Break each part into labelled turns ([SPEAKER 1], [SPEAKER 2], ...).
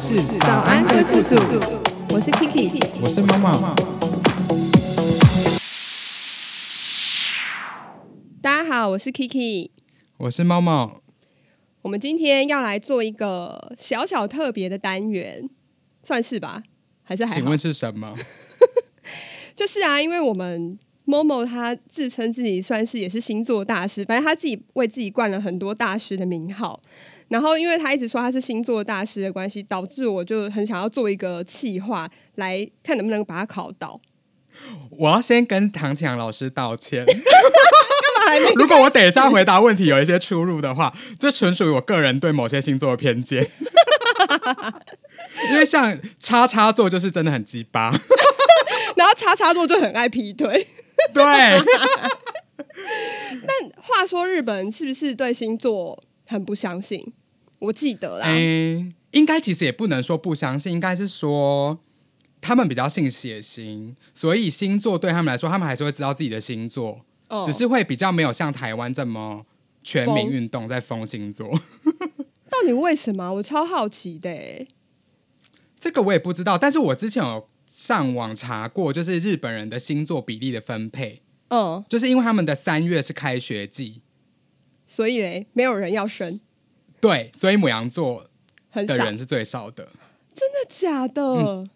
[SPEAKER 1] 是
[SPEAKER 2] 早安恢复组，我是 Kiki。
[SPEAKER 1] 我是妈妈。
[SPEAKER 2] 大家好，我是 Kiki。
[SPEAKER 1] 我是猫猫。
[SPEAKER 2] 我们今天要来做一个小小特别的单元，算是吧？还是还
[SPEAKER 1] 请
[SPEAKER 2] 好
[SPEAKER 1] 问？是什 么？
[SPEAKER 2] 就是啊，因为我们 Momo 他自称自己算是也是星座大师，反正他自己为自己冠了很多大师的名号。然后，因为他一直说他是星座大师的关系，导致我就很想要做一个企划，来看能不能把他考倒。
[SPEAKER 1] 我要先跟唐强老师道歉。
[SPEAKER 2] 干嘛还没
[SPEAKER 1] 如果我等一下回答问题有一些出入的话，这纯属于我个人对某些星座的偏 见。因为像叉叉座就是真的很鸡巴，
[SPEAKER 2] 然后叉叉座就很爱劈腿。
[SPEAKER 1] 对，
[SPEAKER 2] 话说日本是不是对星座很不相信？我记得啦，
[SPEAKER 1] 哎、应该其实也不能说不相信，应该是说他们比较信血型，所以星座对他们来说，他们还是会知道自己的星座，
[SPEAKER 2] 哦
[SPEAKER 1] 只是会比较没有像台湾这么全民
[SPEAKER 2] 疯
[SPEAKER 1] 运动在封星座。
[SPEAKER 2] 到底为什么啊？我超好奇的、欸。
[SPEAKER 1] 这个我也不知道，但是我之前有上网查过，就是日本人的星座比例的分配，
[SPEAKER 2] 嗯，
[SPEAKER 1] 就是因为他们的三月是开学季，
[SPEAKER 2] 所以嘞，没有人要生，
[SPEAKER 1] 对，所以母羊座
[SPEAKER 2] 很
[SPEAKER 1] 的
[SPEAKER 2] 少，真
[SPEAKER 1] 人是嗯最少的，
[SPEAKER 2] 的假的？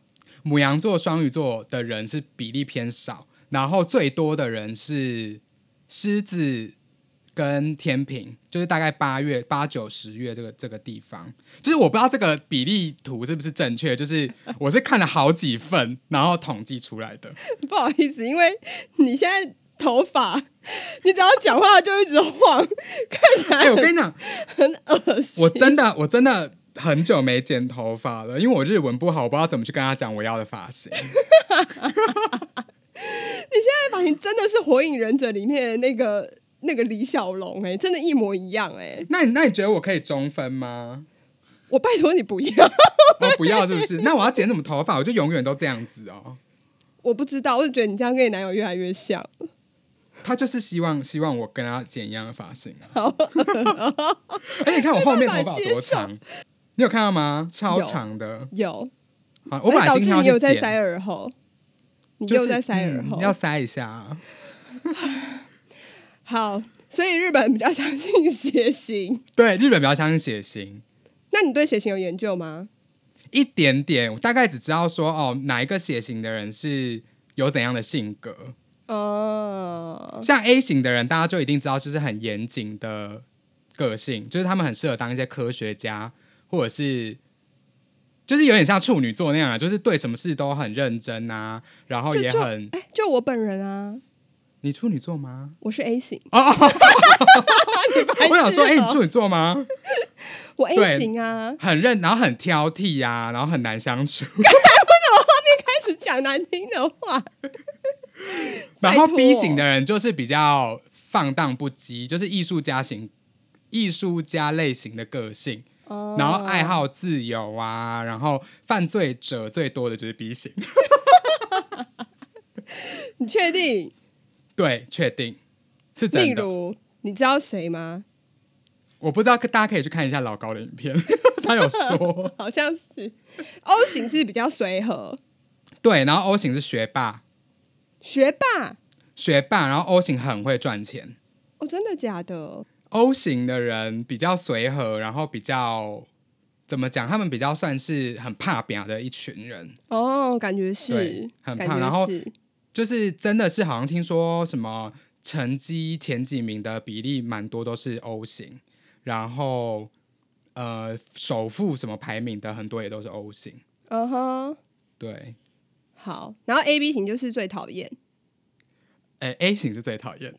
[SPEAKER 1] 母羊座、双鱼座的人是比例偏少，然后最多的人是狮子跟天平，就是大概八月、八九、十月这个这个地方。就是我不知道这个比例图是不是正确，就是我是看了好几份，然后统计出来的。
[SPEAKER 2] 不好意思，因为你现在头发，你只要讲话就一直晃，看起
[SPEAKER 1] 哎、
[SPEAKER 2] 来
[SPEAKER 1] 我
[SPEAKER 2] 很
[SPEAKER 1] 跟你讲，
[SPEAKER 2] 恶心。
[SPEAKER 1] 我真的我真的很久没剪头发了，因为我日文不好，我不知道怎么去跟他讲我要的发型。
[SPEAKER 2] 那发型真的是《火影忍者》里面的那个那个李小龙，哎，真的，一模一样、欸，哎，
[SPEAKER 1] 那你那 你觉得我可以中分吗？
[SPEAKER 2] 我拜托你不要。
[SPEAKER 1] 我、不要是不是？那我要剪什么头发？我就永远都这样子哦。
[SPEAKER 2] 我不知道，我就觉得你这样跟你男友越来越像。
[SPEAKER 1] 他就是希望希望我跟他剪一样的发型啊。
[SPEAKER 2] 好，哦
[SPEAKER 1] 而且你看我后面头
[SPEAKER 2] 没办法
[SPEAKER 1] 发有多
[SPEAKER 2] 接受
[SPEAKER 1] 长，你有看到吗？超
[SPEAKER 2] 有
[SPEAKER 1] 长的。
[SPEAKER 2] 有，哎
[SPEAKER 1] 好，我本来
[SPEAKER 2] 导
[SPEAKER 1] 今
[SPEAKER 2] 致
[SPEAKER 1] 天要
[SPEAKER 2] 你有
[SPEAKER 1] 去
[SPEAKER 2] 在
[SPEAKER 1] 剪，
[SPEAKER 2] 塞耳后，你
[SPEAKER 1] 就
[SPEAKER 2] 又
[SPEAKER 1] 是
[SPEAKER 2] 在塞耳后。
[SPEAKER 1] 嗯要塞一下啊。
[SPEAKER 2] 好，所以日本比较相信血型。
[SPEAKER 1] 对，日本比较相信血型。
[SPEAKER 2] 那你对血型有研究吗？
[SPEAKER 1] 一点点，我大概只知道说哦，哪一个血型的人是有怎样的性格。
[SPEAKER 2] 哦，
[SPEAKER 1] 像 A 型的人，大家就一定知道，就是很严谨的个性，就是他们很适合当一些科学家，或者是就是有点像处女座那样啊，就是对什么事都很认真啊，然后
[SPEAKER 2] 就
[SPEAKER 1] 也
[SPEAKER 2] 就
[SPEAKER 1] 很。
[SPEAKER 2] 哎，就我本人啊，
[SPEAKER 1] 你处女座吗？
[SPEAKER 2] 我是 A 型， 白痴哦
[SPEAKER 1] 我想说，哎、你处女座吗？
[SPEAKER 2] 我 A
[SPEAKER 1] 对
[SPEAKER 2] 型啊，
[SPEAKER 1] 很认，然后很挑剔啊，然后很难相处。
[SPEAKER 2] 开始讲难听的话。
[SPEAKER 1] 然后
[SPEAKER 2] 拜托
[SPEAKER 1] B 型的人就是比较放荡不羁，就是艺术家型、艺术家类型的个性。
[SPEAKER 2] 哦
[SPEAKER 1] 然后爱好自由啊，然后犯罪者最多的就是 B 型，
[SPEAKER 2] 你确定？
[SPEAKER 1] 对，确定是
[SPEAKER 2] 例
[SPEAKER 1] 真的。
[SPEAKER 2] 如，你知道谁吗？
[SPEAKER 1] 我不知道，大家可以去看一下老高的影片， 他有说
[SPEAKER 2] 好像是 O 型是比较随和，
[SPEAKER 1] 对。然后 O 型是学霸，
[SPEAKER 2] 学霸。
[SPEAKER 1] 学霸，然后 O 型很会赚钱。
[SPEAKER 2] 哦，真的假的？
[SPEAKER 1] O 型的人比较随和，然后比较怎么讲？他们比较算是很怕表的一群人，
[SPEAKER 2] 哦，感觉是
[SPEAKER 1] 对，很
[SPEAKER 2] 感
[SPEAKER 1] 胖
[SPEAKER 2] 觉
[SPEAKER 1] 然后
[SPEAKER 2] 是
[SPEAKER 1] 就是真的是好像听说什么成绩前几名的比例蛮多都是 O 型，然后呃首富什么排名的很多也都是 O 型，
[SPEAKER 2] 嗯哼，
[SPEAKER 1] 对，
[SPEAKER 2] 好。然后 A B 型就是最讨厌。
[SPEAKER 1] 哎 A 型是最讨厌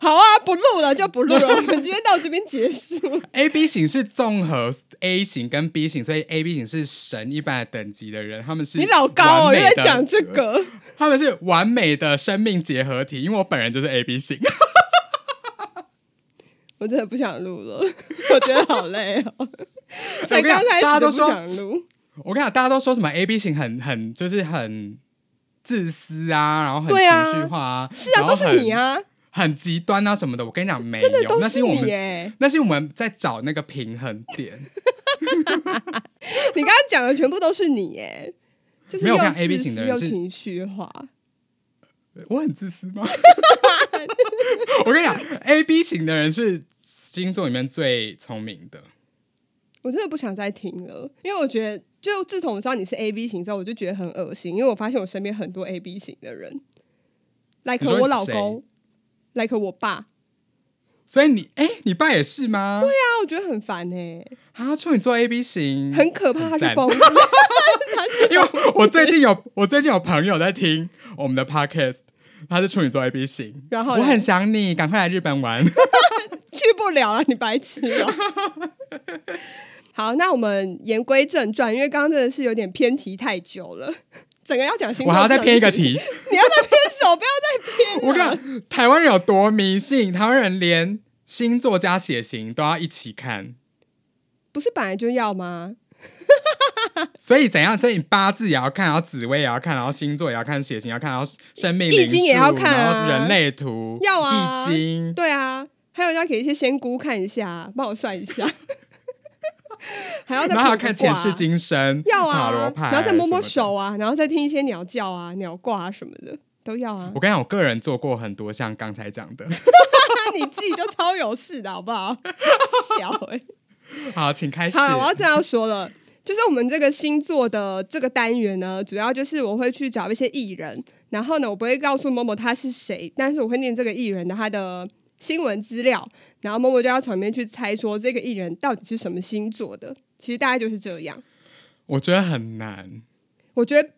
[SPEAKER 2] 好啊，不录了就不录 了，我们今天到这边结束。
[SPEAKER 1] ，A B 型是综合 A 型跟 B 型，所以 A B 型是神一般的等级的人，他们是
[SPEAKER 2] 你老高
[SPEAKER 1] 完
[SPEAKER 2] 哦，又
[SPEAKER 1] 美
[SPEAKER 2] 在
[SPEAKER 1] 的
[SPEAKER 2] 讲这，个，
[SPEAKER 1] 他们是完美的生命结合体，因为我本人就是 A B 型，
[SPEAKER 2] 我真的不想录了， 我觉得好累哦。 才
[SPEAKER 1] 我跟你
[SPEAKER 2] 刚
[SPEAKER 1] 讲
[SPEAKER 2] 开
[SPEAKER 1] 大
[SPEAKER 2] 始
[SPEAKER 1] 家
[SPEAKER 2] 就
[SPEAKER 1] 都
[SPEAKER 2] 不
[SPEAKER 1] 说
[SPEAKER 2] 想录，
[SPEAKER 1] 我跟你讲，大家都说什么 A B 型很很就是很自私啊，然后很
[SPEAKER 2] 对啊
[SPEAKER 1] 情绪化啊，
[SPEAKER 2] 是啊，
[SPEAKER 1] 然
[SPEAKER 2] 都
[SPEAKER 1] 后
[SPEAKER 2] 是你啊，
[SPEAKER 1] 很，很极端啊什么的。我跟你讲，没
[SPEAKER 2] 真的
[SPEAKER 1] 有，
[SPEAKER 2] 都啊
[SPEAKER 1] 那
[SPEAKER 2] 是
[SPEAKER 1] 因为我
[SPEAKER 2] 你
[SPEAKER 1] 们
[SPEAKER 2] 哎。
[SPEAKER 1] 那是因为我们在找那个平衡点。
[SPEAKER 2] 你刚刚讲的全部都是你耶，就是
[SPEAKER 1] 没有
[SPEAKER 2] 又
[SPEAKER 1] 看 AB
[SPEAKER 2] 自
[SPEAKER 1] 型的人
[SPEAKER 2] 私又
[SPEAKER 1] 是
[SPEAKER 2] 情绪化。
[SPEAKER 1] 我很自私吗？ 我跟你讲，A B 型的人是星座里面最聪明的。
[SPEAKER 2] 我真的不想再听了，因为我觉得，就自从我知道你是 A B 型之后，我就觉得很恶心，因为我发现我身边很多 A B 型的人，like
[SPEAKER 1] 你说
[SPEAKER 2] 我老
[SPEAKER 1] 谁
[SPEAKER 2] 公，like 我爸，啊，
[SPEAKER 1] 所以你，哎、你爸也是吗？对呀、
[SPEAKER 2] 我觉得很烦哎、
[SPEAKER 1] 啊，处女座 A B 型
[SPEAKER 2] 很可怕，他
[SPEAKER 1] 很
[SPEAKER 2] 是
[SPEAKER 1] 赞
[SPEAKER 2] 疯 子，
[SPEAKER 1] 因为我最近有我最近有朋友在听我们的 podcast，他是处女座 A B 型，
[SPEAKER 2] 然后
[SPEAKER 1] 我
[SPEAKER 2] 嘞
[SPEAKER 1] 很想你，赶快来日本玩。
[SPEAKER 2] 去不了了，你白痴哦、好，那我们言归正传，因为刚刚真的是有点偏题太久了，整个要讲星座，
[SPEAKER 1] 我还要再编一个，题，
[SPEAKER 2] 你要再偏手，不要再偏。
[SPEAKER 1] 我看台湾人有多迷信，台湾人连星座加血型都要一起看，
[SPEAKER 2] 不是本来就要吗？
[SPEAKER 1] 所以怎样？所以你八字也要看，然后紫薇也要看，然后星座也要看，血型也要看，然后生命
[SPEAKER 2] 易
[SPEAKER 1] 灵
[SPEAKER 2] 经也
[SPEAKER 1] 数
[SPEAKER 2] 要看啊
[SPEAKER 1] 然后人类图
[SPEAKER 2] 要啊
[SPEAKER 1] 易经
[SPEAKER 2] 对啊，还有要给一些仙姑看一下，帮我算一 下，还要再
[SPEAKER 1] 然后还要
[SPEAKER 2] 卜个
[SPEAKER 1] 看前世
[SPEAKER 2] 卦
[SPEAKER 1] 今生，
[SPEAKER 2] 要
[SPEAKER 1] 塔罗
[SPEAKER 2] 啊，
[SPEAKER 1] 牌，
[SPEAKER 2] 然后再摸摸。手啊，然后再听一些鸟叫啊、鸟挂啊什么的，都要啊
[SPEAKER 1] 我。跟你讲，我个人做过很多像刚才讲的。
[SPEAKER 2] 那你自己就超有事的好不好？ 笑哎、
[SPEAKER 1] 好，请开始。
[SPEAKER 2] 好了，我要这样说了。就是我们这个星座的这个单元呢，主要就是我会去找一些艺人，然后呢，我不会告诉某某他是谁，但是我会念这个艺人的他的新闻资料，然后某某就要从里面去猜说这个艺人到底是什么星座的。其实大概就是这样。
[SPEAKER 1] 我觉得很难。
[SPEAKER 2] 我觉得，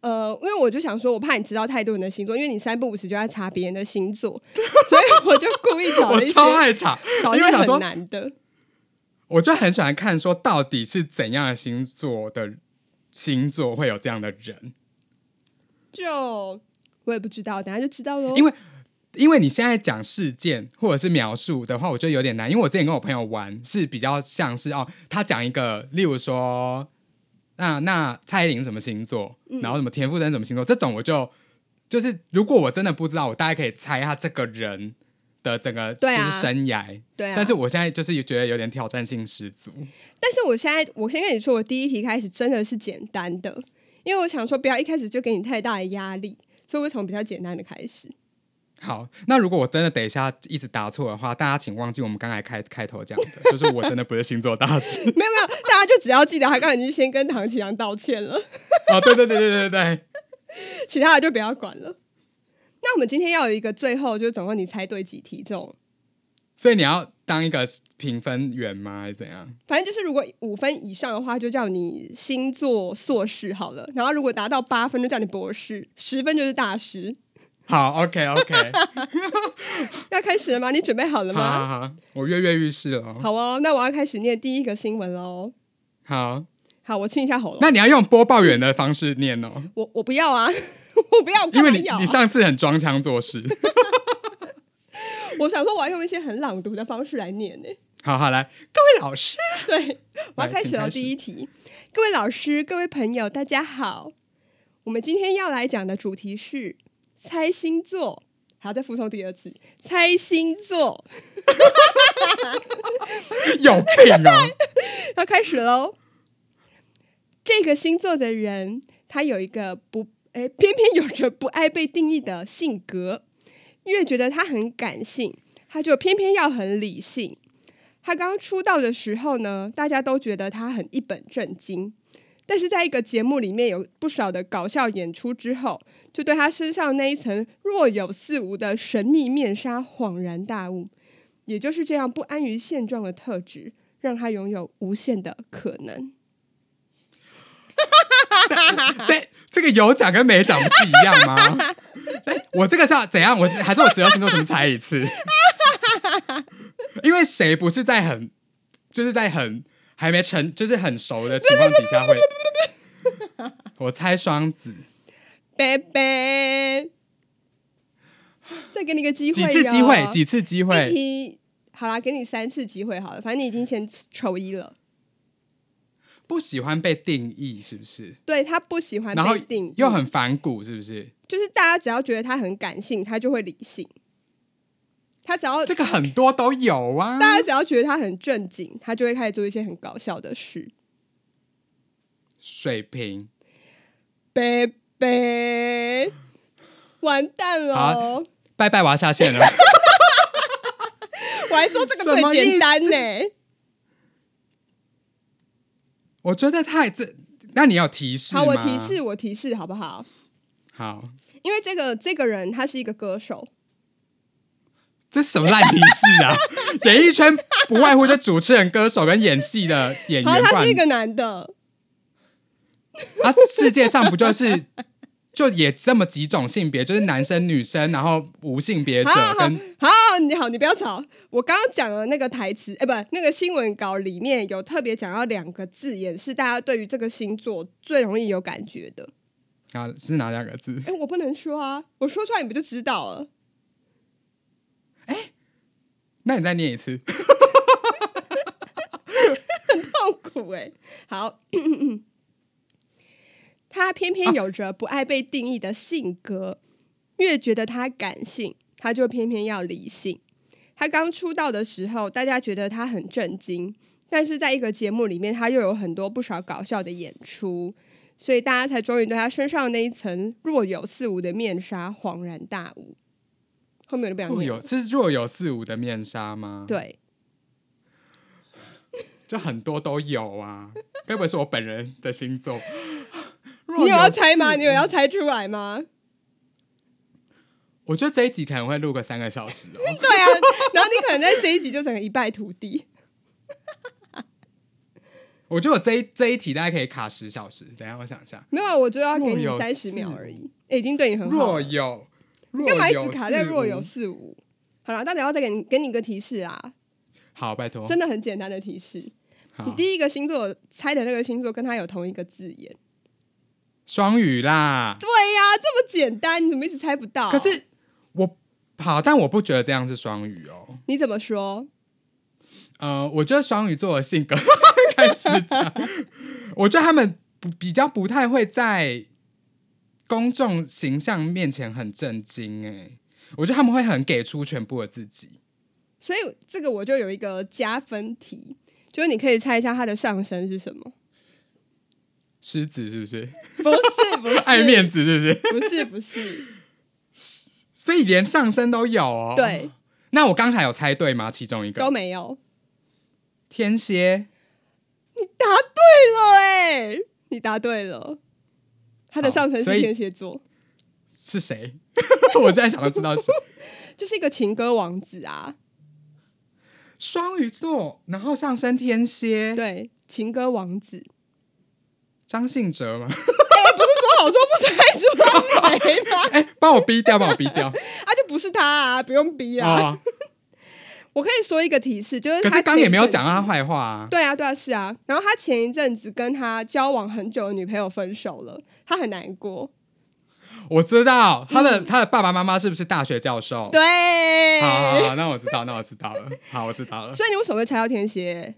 [SPEAKER 2] 呃，因为我就想说，我怕你知道太多人的星座，因为你三不五时就在查别人的星座， 所以我就故意找
[SPEAKER 1] 我
[SPEAKER 2] 了一些
[SPEAKER 1] 超爱查，
[SPEAKER 2] 找一
[SPEAKER 1] 因
[SPEAKER 2] 些
[SPEAKER 1] 为想说
[SPEAKER 2] 很难的。
[SPEAKER 1] 我就很喜欢看说到底是怎样的星座的星座会有这样的人，
[SPEAKER 2] 就我也不知道，等下就知道喽。
[SPEAKER 1] 因为因为你现在讲事件或者是描述的话，我觉得有点难。因为我之前跟我朋友玩是比较像是哦，他讲一个，例如说，那那蔡依林什么星座，
[SPEAKER 2] 嗯
[SPEAKER 1] 然后什么田馥甄什么星座，这种我就就是如果我真的不知道，我大概可以猜他这个人的整个就
[SPEAKER 2] 对啊
[SPEAKER 1] 是生涯。
[SPEAKER 2] 对啊，
[SPEAKER 1] 但是我现在就是觉得有点挑战性十足。
[SPEAKER 2] 但是我现在，我先跟你说，我第一题开始真的是简单的，因为我想说不要一开始就给你太大的压力，所以我会从比较简单的开始。
[SPEAKER 1] 好，那如果我真的等一下一直答错的话，大家请忘记我们刚才开开头讲的，就是我真的不是星座大师
[SPEAKER 2] 没有没有，大家就只要记得他刚才已经先跟唐启阳道歉了，
[SPEAKER 1] 哦。对对对对对对，
[SPEAKER 2] 其他的就不要管了。那我们今天要有一个最后，就是总共你猜对几题这种，
[SPEAKER 1] 所以你要当一个评分员吗？还是怎样？
[SPEAKER 2] 反正就是如果五分以上的话，就叫你星座硕士好了。然后如果达到八分，就叫你博士；十分就是大师。
[SPEAKER 1] 好，OK OK，
[SPEAKER 2] 要开始了吗？你准备好了
[SPEAKER 1] 好好
[SPEAKER 2] 吗？
[SPEAKER 1] 好，我跃跃欲试了哦。
[SPEAKER 2] 好哦，那我要开始念第一个新闻喽。
[SPEAKER 1] 好，
[SPEAKER 2] 好，我清一下喉咙。
[SPEAKER 1] 那你要用播报员的方式念哦，
[SPEAKER 2] 我我不要啊， 我不要，我
[SPEAKER 1] 因
[SPEAKER 2] 干
[SPEAKER 1] 为
[SPEAKER 2] 嘛
[SPEAKER 1] 你
[SPEAKER 2] 要啊、
[SPEAKER 1] 你上次很装腔作势。
[SPEAKER 2] 啊我想说我要用一些很朗读的方式来念呢、
[SPEAKER 1] 好好来，各位老师，
[SPEAKER 2] 对，我要
[SPEAKER 1] 来
[SPEAKER 2] 开
[SPEAKER 1] 请
[SPEAKER 2] 始了
[SPEAKER 1] 开始
[SPEAKER 2] 第一题。各位老师，各位朋友，大家好。我们今天要来讲的主题是猜星座，还要再附送第二次猜星座，
[SPEAKER 1] 有病哦！
[SPEAKER 2] 要开始喽。这个星座的人，他有一个不哎，偏偏有着不爱被定义的性格。越觉得他很感性，他就偏偏要很理性。他刚出道的时候呢，大家都觉得他很一本正经，但是在一个节目里面有不少的搞笑演出之后，就对他身上那一层若有似无的神秘面纱恍然大悟。也就是这样不安于现状的特质，让他拥有无限的可能。
[SPEAKER 1] 这这个有奖跟没奖不是一样吗？哎我这个是要怎样？我还是我十二星座重猜一 次？因为谁不是在很就是在很还没成就是很熟的情况底下会？我猜双子，
[SPEAKER 2] 拜拜，再给你个机会
[SPEAKER 1] 几
[SPEAKER 2] 哟，
[SPEAKER 1] 次机会？几次机
[SPEAKER 2] 一
[SPEAKER 1] 会？
[SPEAKER 2] 题好啦，给你三次机会好了，反正你已经先抽一了。
[SPEAKER 1] 不喜欢被定义是不是？
[SPEAKER 2] 对他不喜欢
[SPEAKER 1] 然后
[SPEAKER 2] 被定义，
[SPEAKER 1] 又很反骨是不是？
[SPEAKER 2] 就是大家只要觉得他很感性，他就会理性；他只要
[SPEAKER 1] 这个很多都有啊。
[SPEAKER 2] 大家只要觉得他很正经，他就会开始做一些很搞笑的事。
[SPEAKER 1] 水瓶。
[SPEAKER 2] 贝贝， 完蛋了哦
[SPEAKER 1] 好！拜拜，我要下 线了。
[SPEAKER 2] 我还说这个
[SPEAKER 1] 什么
[SPEAKER 2] 最
[SPEAKER 1] 意思
[SPEAKER 2] 简单呢、
[SPEAKER 1] 我觉得太这，那你有提示吗？
[SPEAKER 2] 好，我提示，。我提示好不好？
[SPEAKER 1] 好，
[SPEAKER 2] 因为这个这个人他是一个歌手，
[SPEAKER 1] 这什么烂提示 啊？演艺圈不外乎就主持人、歌手跟演戏的演员。
[SPEAKER 2] 然后
[SPEAKER 1] 不
[SPEAKER 2] 他
[SPEAKER 1] 然
[SPEAKER 2] 是一个男的，
[SPEAKER 1] 啊，世界上不就是就也这么几种性别，就是男生、女生，然后无性别者
[SPEAKER 2] 好好
[SPEAKER 1] 跟
[SPEAKER 2] 好，你好，你不要吵。我刚刚讲的那个台词，哎、不，那个新闻稿里面有特别讲到两个字眼，是大家对于这个星座最容易有感觉的。
[SPEAKER 1] 啊是哪两个字？
[SPEAKER 2] 哎、我不能说啊，我说出来你不就知道了？
[SPEAKER 1] 那你再念一次。
[SPEAKER 2] 痛苦哎、好， 他偏偏有着不爱被定义的性格，越觉得他感性，他就偏偏要理性。他刚出道的时候，大家觉得他很震惊，但是在一个节目里面，他又有很多不少搞笑的演出，所以大家才终于对他身上那一层若有似无的面纱恍然大悟。后面我就不想
[SPEAKER 1] 若
[SPEAKER 2] 念
[SPEAKER 1] 有
[SPEAKER 2] 了。
[SPEAKER 1] 是若有似无的面纱吗？，
[SPEAKER 2] 对，
[SPEAKER 1] 就很多都有啊。该不会是我本人的星座？若
[SPEAKER 2] 你有要
[SPEAKER 1] 似
[SPEAKER 2] 猜吗？
[SPEAKER 1] 无
[SPEAKER 2] 你有要猜出来吗？
[SPEAKER 1] 我觉得这一集可能会录个三个小时哦。
[SPEAKER 2] 对啊，然后你可能在这一集就整个一败涂地。
[SPEAKER 1] 我觉得我这一这一题大概可以卡十小时。等一下我想一下，
[SPEAKER 2] 没有啊，我就要给你
[SPEAKER 1] 若有
[SPEAKER 2] 三
[SPEAKER 1] 似
[SPEAKER 2] 十秒
[SPEAKER 1] 无
[SPEAKER 2] 而已、欸已经对你很好
[SPEAKER 1] 若
[SPEAKER 2] 了。
[SPEAKER 1] 有若
[SPEAKER 2] 干嘛一
[SPEAKER 1] 有
[SPEAKER 2] 直卡在
[SPEAKER 1] 似
[SPEAKER 2] 若有
[SPEAKER 1] 无
[SPEAKER 2] 似无？好了，大家要再给你给你一个提示啊，
[SPEAKER 1] 好，拜托，
[SPEAKER 2] 真的很简单的提示。你
[SPEAKER 1] 哦好
[SPEAKER 2] 第一个星座猜的那个星座跟他有同一个字眼。
[SPEAKER 1] 双语啦。
[SPEAKER 2] 对呀、这么简单，你怎么一直猜不到？
[SPEAKER 1] 可是我好，但我不觉得这样是双鱼哦。
[SPEAKER 2] 你怎么说？
[SPEAKER 1] 呃，我觉得双鱼座的性格 开始讲，我觉得他们不比较不太会在公众形象面前很震惊。哎，我觉得他们会很给出全部的自己。
[SPEAKER 2] 所以这个我就有一个加分题，就是你可以猜一下他的上身是 什么？
[SPEAKER 1] 狮子是不是
[SPEAKER 2] 不是，不是，
[SPEAKER 1] 爱面，子？是不是？
[SPEAKER 2] 不是，不是，
[SPEAKER 1] 所以连上身都有哦。
[SPEAKER 2] 对，，
[SPEAKER 1] 那我刚才有猜对吗？其中一
[SPEAKER 2] 都
[SPEAKER 1] 个
[SPEAKER 2] 没有。
[SPEAKER 1] 天蝎，
[SPEAKER 2] 答对了哎、你答对了。他的
[SPEAKER 1] 好
[SPEAKER 2] 上层
[SPEAKER 1] 所
[SPEAKER 2] 是
[SPEAKER 1] 以
[SPEAKER 2] 天蝎座，
[SPEAKER 1] 是谁？ 我现在想要知道是谁
[SPEAKER 2] 就是一个情歌王子啊，
[SPEAKER 1] 双鱼座，然后上升天蝎，
[SPEAKER 2] 对，情歌王子。
[SPEAKER 1] 张信哲吗？
[SPEAKER 2] 说好说不猜出来是谁吗？
[SPEAKER 1] 哎、帮我逼掉，帮我逼 掉。
[SPEAKER 2] 啊，就不是他啊，不用逼啊。
[SPEAKER 1] 哦，
[SPEAKER 2] 我可以说一个提示，就是
[SPEAKER 1] 可
[SPEAKER 2] 他
[SPEAKER 1] 是刚也没有讲到
[SPEAKER 2] 啊。
[SPEAKER 1] 他坏话啊。
[SPEAKER 2] 对啊，对啊，是啊。然后他前一阵子跟他交往很久的女朋友分手了，他很难过。
[SPEAKER 1] 我知道他的、他的爸爸妈妈是不是大学教授？，
[SPEAKER 2] 嗯对，
[SPEAKER 1] 哦好好好，那我知道，那我知道了，好，我知道 了。
[SPEAKER 2] 所以你为什么会猜到天蝎？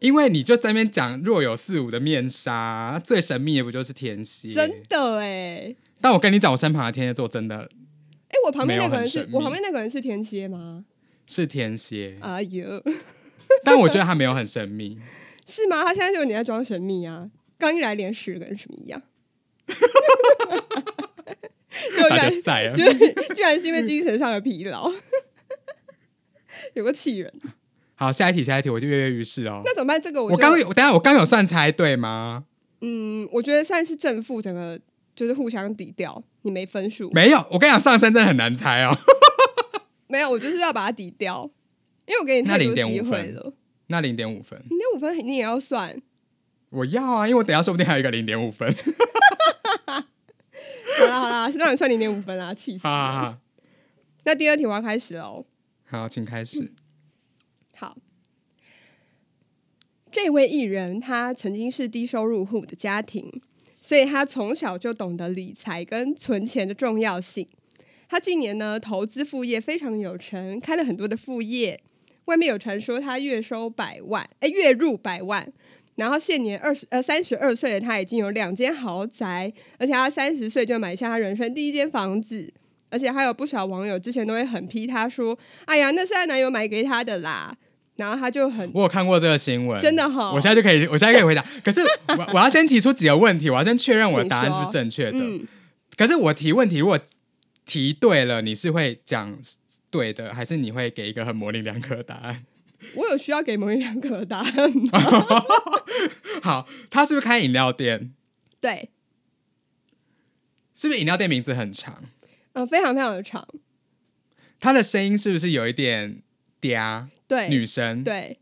[SPEAKER 1] 因为你就在那边讲若有似无的面纱，最神秘的不就是天蝎？
[SPEAKER 2] 真的哎、
[SPEAKER 1] 但我跟你讲，我身旁的天蝎座真的
[SPEAKER 2] 哎、我旁边那个人
[SPEAKER 1] 没有
[SPEAKER 2] 是
[SPEAKER 1] 很神秘
[SPEAKER 2] 我旁边那个人是天蝎吗？
[SPEAKER 1] 是天 蝎，
[SPEAKER 2] 哎呦。
[SPEAKER 1] 但我觉得他没有很神秘。
[SPEAKER 2] 是吗？他现在就有你在装神秘啊！刚一来连屎跟什么 一样，就居
[SPEAKER 1] 大
[SPEAKER 2] 然
[SPEAKER 1] 家赛啊，
[SPEAKER 2] 居居然是因为精神上的疲劳， 有个气人。
[SPEAKER 1] 好，下一题，下一题，我就跃跃欲试哦。
[SPEAKER 2] 那怎么办？这个我
[SPEAKER 1] 我
[SPEAKER 2] 就
[SPEAKER 1] 刚有，等一下我刚有算猜对吗？
[SPEAKER 2] 嗯，我觉得算是正负整个就是互相抵掉，你没分数，
[SPEAKER 1] 没有，我跟你讲，上身真的很难猜哦。
[SPEAKER 2] 没有，我就是要把它抵掉，因为我给你
[SPEAKER 1] 那
[SPEAKER 2] 太多
[SPEAKER 1] 0.5
[SPEAKER 2] 机会
[SPEAKER 1] 分
[SPEAKER 2] 了。
[SPEAKER 1] 那零点五分，
[SPEAKER 2] 你那五分你也要算，
[SPEAKER 1] 我要啊，因为我等一下说不定还有一个零点五分。
[SPEAKER 2] 好啦好啦，是让你算零点五分啦，气死！
[SPEAKER 1] 好好好，
[SPEAKER 2] 那第二题我要开始喽。
[SPEAKER 1] 好，请开始。
[SPEAKER 2] 好，这位艺人他曾经是低收入户的家庭，所以他从小就懂得理财跟存钱的重要性。他近年呢投资副业非常有成，开了很多的副业。外面有传说他月收百万，哎，月入百万。然后现年二十呃三十二岁的他已经有两间豪宅，而且他三十岁就买下他人生第一间房子，而且还有不少网友之前都会很批他说：“哎呀，那是她男友买给她的啦。”然后他就很
[SPEAKER 1] 我有看过这个新闻，
[SPEAKER 2] 真的哦哈
[SPEAKER 1] 我现在就可以，我现在可以回答。 可是我我要先提出几个问题，我要先确认我的答案
[SPEAKER 2] 请
[SPEAKER 1] 是
[SPEAKER 2] 说
[SPEAKER 1] 不是正确的。
[SPEAKER 2] 嗯，
[SPEAKER 1] 可是我提问题，如果提对了，你是会讲对的，还是你会给一个很模棱两可的答案？
[SPEAKER 2] 我有需要给某一两个答案吗？
[SPEAKER 1] 好，他是不是开饮料店？
[SPEAKER 2] 对，
[SPEAKER 1] 是不是饮料店名字很长？
[SPEAKER 2] 呃，非常非常的长，
[SPEAKER 1] 他的声音是不是有一点嗲
[SPEAKER 2] 对
[SPEAKER 1] 女生？
[SPEAKER 2] 对，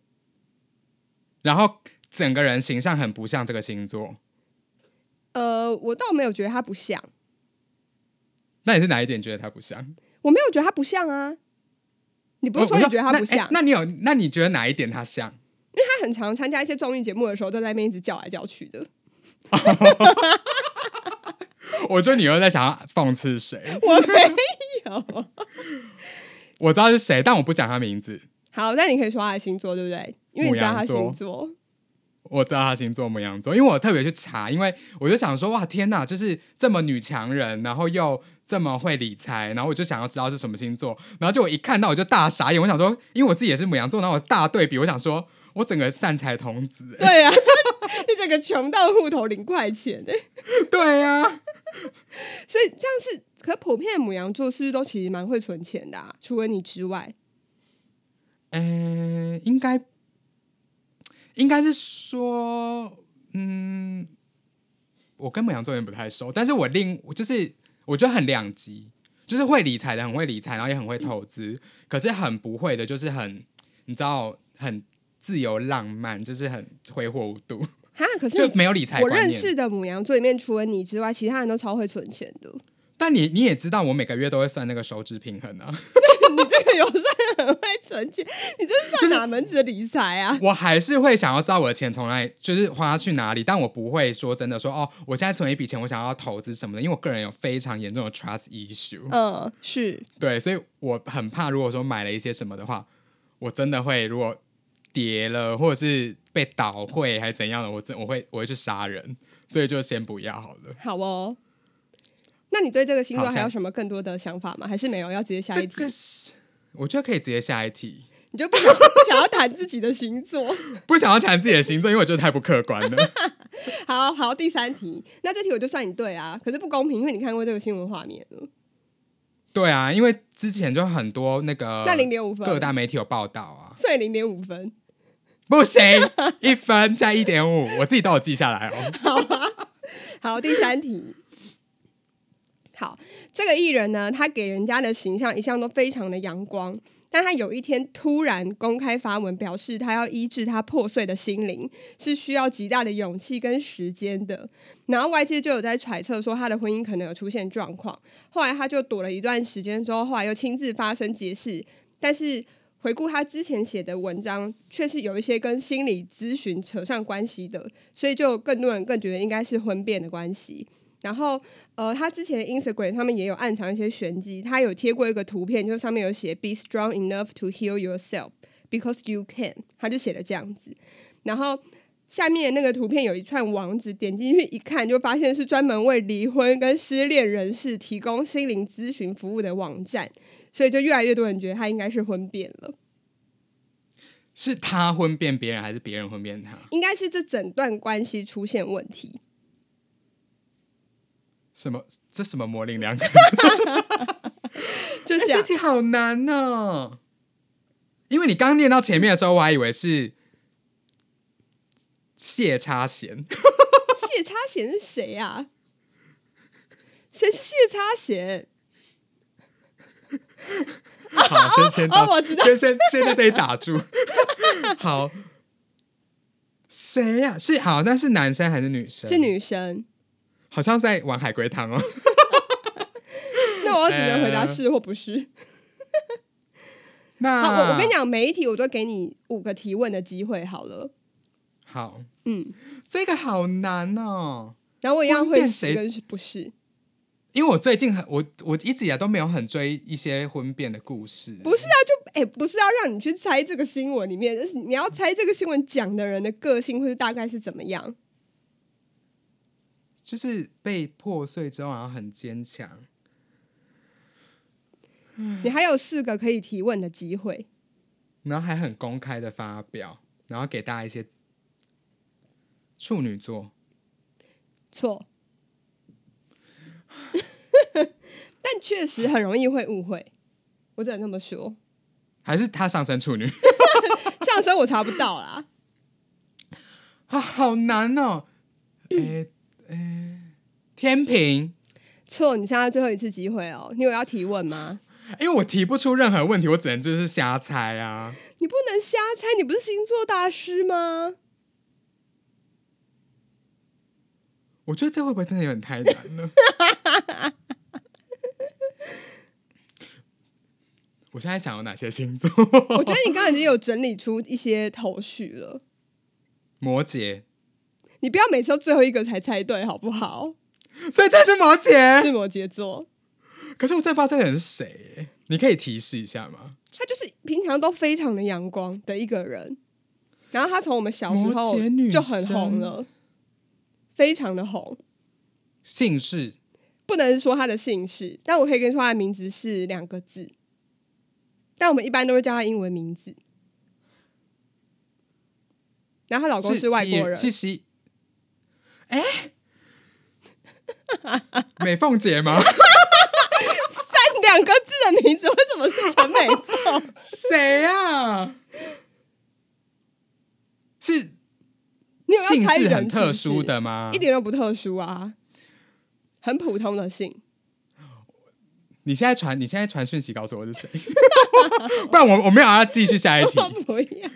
[SPEAKER 1] 然后整个人形象很不像这个星座。
[SPEAKER 2] 呃，我倒没有觉得他不像，
[SPEAKER 1] 那你是哪一点觉得他不像？
[SPEAKER 2] 我没有觉得他不像啊。你不是
[SPEAKER 1] 我
[SPEAKER 2] 说
[SPEAKER 1] 我
[SPEAKER 2] 你觉得他不
[SPEAKER 1] 那
[SPEAKER 2] 像
[SPEAKER 1] 哎？那你有？那你觉得哪一点他像？
[SPEAKER 2] 他很常参加一些综艺节目的时候，都在那边一直叫来叫去的。
[SPEAKER 1] 我觉得你又在想要讽刺谁？
[SPEAKER 2] 我没有。
[SPEAKER 1] 我知道是谁，但我不讲他名字。
[SPEAKER 2] 好，那你可以说他的星座，对不对？因为你知道他
[SPEAKER 1] 母
[SPEAKER 2] 星
[SPEAKER 1] 羊
[SPEAKER 2] 座，
[SPEAKER 1] 我知道他星座母羊座，因为我特别去查，因为我就想说，哇，天哪，就是这么女强人，然后又这么会理财，然后我就想要知道是什么星座，然后就我一看到我就大傻眼，我想说，因为我自己也是母羊座，然后我大对比，我想说我整个散财童子，欸
[SPEAKER 2] 对啊，你整个穷到户头零块钱欸
[SPEAKER 1] 对呀、
[SPEAKER 2] 所以这样是，可普遍的母羊座是不是都其实蛮会存钱的、啊？除了你之外，
[SPEAKER 1] 嗯、应该应该是说，嗯，我跟母羊座有点不太熟，但是我另我就是我觉得很两极，就是会理财的很会理财，然后也很会投资，可是很不会的，就是很你知道很自由浪漫，就是很挥霍无度，
[SPEAKER 2] 哈，可是
[SPEAKER 1] 就
[SPEAKER 2] 你
[SPEAKER 1] 没有理财
[SPEAKER 2] 我
[SPEAKER 1] 观
[SPEAKER 2] 认
[SPEAKER 1] 念。
[SPEAKER 2] 识的母羊座里面，除了你之外，其他人都超会存钱的。
[SPEAKER 1] 但你你也知道，我每个月都会算那个收支平衡啊。
[SPEAKER 2] 你这个有算很会存钱，你这是算哪门子的理财 啊？
[SPEAKER 1] 我还是会想要知道我的钱从哪里，就是花去哪里，但我不会说真的说哦，我现在存一笔钱，我想要投资什么的，因为我个人有非常严重的 trust issue，
[SPEAKER 2] 嗯，是
[SPEAKER 1] 对，所以我很怕，如果说买了一些什么的话，我真的会如果跌了，或者是被倒会还是怎样的，我真我会我会去杀人，所以就先不要好了。
[SPEAKER 2] 好哦。那你对这个星座
[SPEAKER 1] 好
[SPEAKER 2] 还
[SPEAKER 1] 下
[SPEAKER 2] 有什么更多的想法吗？还是没有？要直接下
[SPEAKER 1] 这
[SPEAKER 2] 一题？
[SPEAKER 1] 个是，我觉得可以直接下一 题，
[SPEAKER 2] 你就不想不想要谈自己的星座？
[SPEAKER 1] 不想要谈自己的星座，因为我觉得太不客观了。
[SPEAKER 2] 好好，第三题，那这题我就算你对啊，可是不公平，因为你看过这个新闻画面了，
[SPEAKER 1] 对啊，因为之前就很多那个
[SPEAKER 2] 那零点五分，
[SPEAKER 1] 呃各大媒体有报道啊。
[SPEAKER 2] 所以零点五分，
[SPEAKER 1] 不行，一分加一点五，我自己都有记下来哦。
[SPEAKER 2] 好，第三题。好，这个艺人呢，他给人家的形象一向都非常的阳光，但他有一天突然公开发文表示，他要医治他破碎的心灵，是需要极大的勇气跟时间的。然后外界就有在揣测说，他的婚姻可能有出现状况。后来他就躲了一段时间之后，后来又亲自发声解释，但是。回顾他之前写的文章，却是有一些跟心理咨询扯上关系的，所以就更多人更觉得应该是婚变的关系。然后，呃，他之前 Instagram 上面也有暗藏一些玄机，他有贴过一个图片，就是上面有写 “Be strong enough to heal yourself because you can”，他就写了这样子。然后下面那个图片有一串网址，点进去一看，就发现是专门为离婚跟失恋人士提供心灵咨询服务的网站，所以就越来越多人觉得他应该是婚变了。
[SPEAKER 1] 是他婚变别人，还是别人婚变他？
[SPEAKER 2] 应该是这整段关系出现问 题。
[SPEAKER 1] 什么？这什么模棱两可？
[SPEAKER 2] 就
[SPEAKER 1] 哎
[SPEAKER 2] 这
[SPEAKER 1] 这
[SPEAKER 2] 样，
[SPEAKER 1] 题好难哦。因为你刚念到前面的时候，我还以为是谢插弦，
[SPEAKER 2] 谢插弦是谁啊？谁是谢插弦？
[SPEAKER 1] 好，先先到，
[SPEAKER 2] 哦我知道
[SPEAKER 1] 先先先在这里打住。 好，谁呀、是好，那是男生还是女生？
[SPEAKER 2] 是，女生。
[SPEAKER 1] 好像在玩海龟汤哦。
[SPEAKER 2] 那我只能回答是或不是。
[SPEAKER 1] 那
[SPEAKER 2] 好，我我跟你讲，每一题我都给你五个提问的机会，好了。
[SPEAKER 1] 好，
[SPEAKER 2] 嗯，
[SPEAKER 1] 这个好难哦。
[SPEAKER 2] 然后我一样会
[SPEAKER 1] 婚变
[SPEAKER 2] 是
[SPEAKER 1] 谁
[SPEAKER 2] 跟不是，
[SPEAKER 1] 因为我最近很我我一直以来都没有很追一些婚变的故事，
[SPEAKER 2] 不是啊，就哎、不是要让你去猜这个新闻里面，就是你要猜这个新闻讲的人的个性或者大概是怎么样。
[SPEAKER 1] 就是被破碎之后然后很坚强。
[SPEAKER 2] 嗯你还有四个可以提问的机会，
[SPEAKER 1] 然后还很公开的发表，然后给大家一些处女座。
[SPEAKER 2] 错。 但确实很容易会误会，我只能这么说。
[SPEAKER 1] 还是他上升处女
[SPEAKER 2] 上升我查不到啦，
[SPEAKER 1] 啊，好难哦。诶、诶、天平，
[SPEAKER 2] 错，你现在最后一次机会哦，你有要提问吗？
[SPEAKER 1] 因为我提不出任何问题，我只能就是瞎猜啊。
[SPEAKER 2] 你不能瞎猜，你不是星座大师 吗？
[SPEAKER 1] 我觉得这会不会真的有点太难了？我现在想有哪些星座？
[SPEAKER 2] 我觉得你刚才已经有整理出一些头绪了，
[SPEAKER 1] 摩羯，
[SPEAKER 2] 你不要每次都最后一个才猜对，好不 好？
[SPEAKER 1] 所以这是摩羯。
[SPEAKER 2] 是摩羯座，
[SPEAKER 1] 可是我真的不知道这个人是谁耶，你可以提示一下吗？
[SPEAKER 2] 他就是平常都非常的阳光的一个人，然后他从我们小时候
[SPEAKER 1] 摩羯女
[SPEAKER 2] 就很红了，非常的红。
[SPEAKER 1] 姓氏
[SPEAKER 2] 不能说他的姓氏，但我可以跟你说他的名字是两个字，但我们一般都是叫他英文名字。然后她老公是外
[SPEAKER 1] 西
[SPEAKER 2] 国人，
[SPEAKER 1] 是西，哎、美凤姐吗？
[SPEAKER 2] 但哎两个字的名字为什么是 陈美凤？
[SPEAKER 1] 谁啊？是
[SPEAKER 2] 你有要
[SPEAKER 1] 姓
[SPEAKER 2] 猜
[SPEAKER 1] 氏
[SPEAKER 2] 人
[SPEAKER 1] 很特殊的
[SPEAKER 2] 是
[SPEAKER 1] 吗
[SPEAKER 2] 不是，一？点都不特殊啊，很普通的姓。
[SPEAKER 1] 你现在传，你现在传讯息告诉我是谁， 不然我我没有要继续下一题，
[SPEAKER 2] 不一样。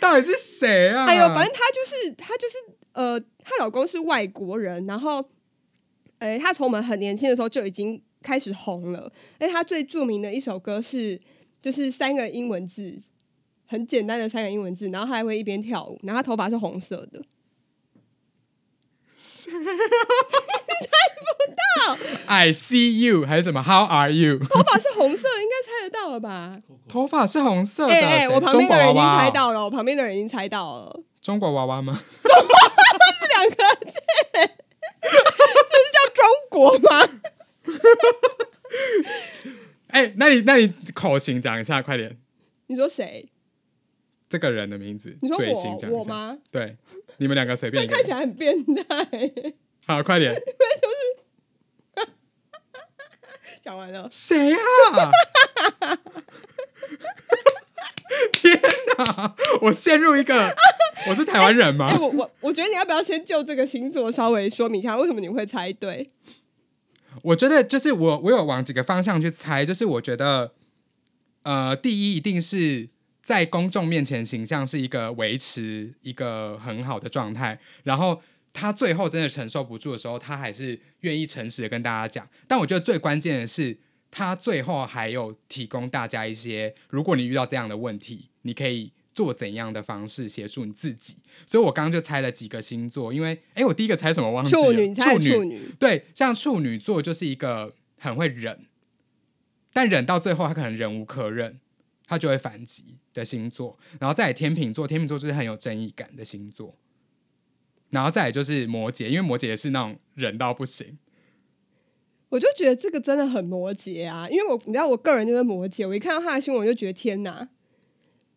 [SPEAKER 1] 到底是谁啊？
[SPEAKER 2] 哎呦，反正她就是她就是呃，她老公是外国人，然后，哎，她从我们很年轻的时候就已经开始红了。哎，她最著名的一首歌是就是三个英文字，很简单的三个英文字，然后她还会一边跳舞，然后她头发是红色的。
[SPEAKER 1] I see you 还是什么？How are you？
[SPEAKER 2] 头发是红色，应该猜得到了吧？
[SPEAKER 1] 头发是红色的，
[SPEAKER 2] 哎哎、
[SPEAKER 1] 谁
[SPEAKER 2] 我旁
[SPEAKER 1] 中
[SPEAKER 2] 边
[SPEAKER 1] 国
[SPEAKER 2] 的
[SPEAKER 1] 娃
[SPEAKER 2] 人已经
[SPEAKER 1] 娃
[SPEAKER 2] 猜
[SPEAKER 1] 哦，
[SPEAKER 2] 到了，我旁边的人已经猜到了，
[SPEAKER 1] 中国娃娃吗？
[SPEAKER 2] 这两个字， 就是叫中国吗？
[SPEAKER 1] 哎、那你那你口型讲一下，快点，
[SPEAKER 2] 你说谁？
[SPEAKER 1] 这个人的名字，
[SPEAKER 2] 你说
[SPEAKER 1] 嘴型讲
[SPEAKER 2] 我
[SPEAKER 1] 一
[SPEAKER 2] 我
[SPEAKER 1] 下？
[SPEAKER 2] 吗？
[SPEAKER 1] 对，你们两个随便一个
[SPEAKER 2] 看，起来很变态。
[SPEAKER 1] 好，快点，
[SPEAKER 2] 讲完了，
[SPEAKER 1] 谁啊？ 天哪！我陷入一个，我是台湾人
[SPEAKER 2] 哎、
[SPEAKER 1] 吗？
[SPEAKER 2] 我我我觉得你要不要先就这个星座稍微说明一下，为什么你会猜对？
[SPEAKER 1] 我觉得就是我，我有往几个方向去猜，就是我觉得，呃，第一一定是在公众面前形象是一个维持一个很好的状态，然后他最后真的承受不住的时候，他还是愿意诚实的跟大家讲。但我觉得最关键的是，他最后还有提供大家一些，如果你遇到这样的问题，你可以。做怎样的方式协助你自己？所以我刚刚就猜了几个星座，因为哎，我第一个猜什么忘记了？
[SPEAKER 2] 处女，你猜
[SPEAKER 1] 处
[SPEAKER 2] 的
[SPEAKER 1] 女，
[SPEAKER 2] 处女，
[SPEAKER 1] 对，像处女座就是一个很会忍，但忍到最后他可能忍无可忍，他就会反击的星座。然后再来天秤座，天秤座就是很有正义感的星座。然后再来就是摩羯，因为摩羯也是那种忍到不行。
[SPEAKER 2] 我就觉得这个真的很摩羯啊，因为我你知道我个人就是摩羯，我一看到他的新闻我就觉得天哪，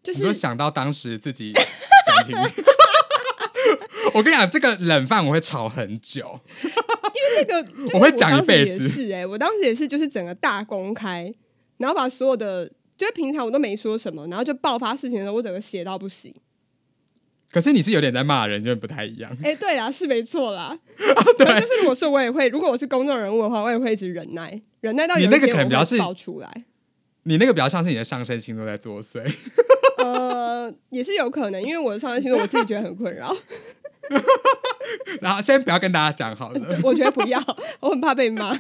[SPEAKER 2] 就
[SPEAKER 1] 你就是想到当时自己感情， 我跟你讲，这个冷饭我会吵很久。
[SPEAKER 2] 那 个，就是
[SPEAKER 1] 我会讲一辈子
[SPEAKER 2] 当时也是哎、我当时也是就是整个大公开，然后把所有的就是平常我都没说什么，然后就爆发事情的时候，我整个写到不 行。
[SPEAKER 1] 可是你是有点在骂人，就不太一样。
[SPEAKER 2] 哎、对啦，是没错啦。
[SPEAKER 1] 啊
[SPEAKER 2] 可能就是我说我也会，如果我是公众人物的话，我也会一直忍耐，忍耐到有
[SPEAKER 1] 你
[SPEAKER 2] 一
[SPEAKER 1] 那个
[SPEAKER 2] 天
[SPEAKER 1] 可能
[SPEAKER 2] 我
[SPEAKER 1] 比较
[SPEAKER 2] 会
[SPEAKER 1] 是
[SPEAKER 2] 爆出来。
[SPEAKER 1] 你那个比较像是你的上升星座在作祟。
[SPEAKER 2] 呃，也是有可能，因为我的上升星座我自己觉得很困扰，
[SPEAKER 1] 然后先不要跟大家讲好了。
[SPEAKER 2] 我觉得不要，我很怕被骂。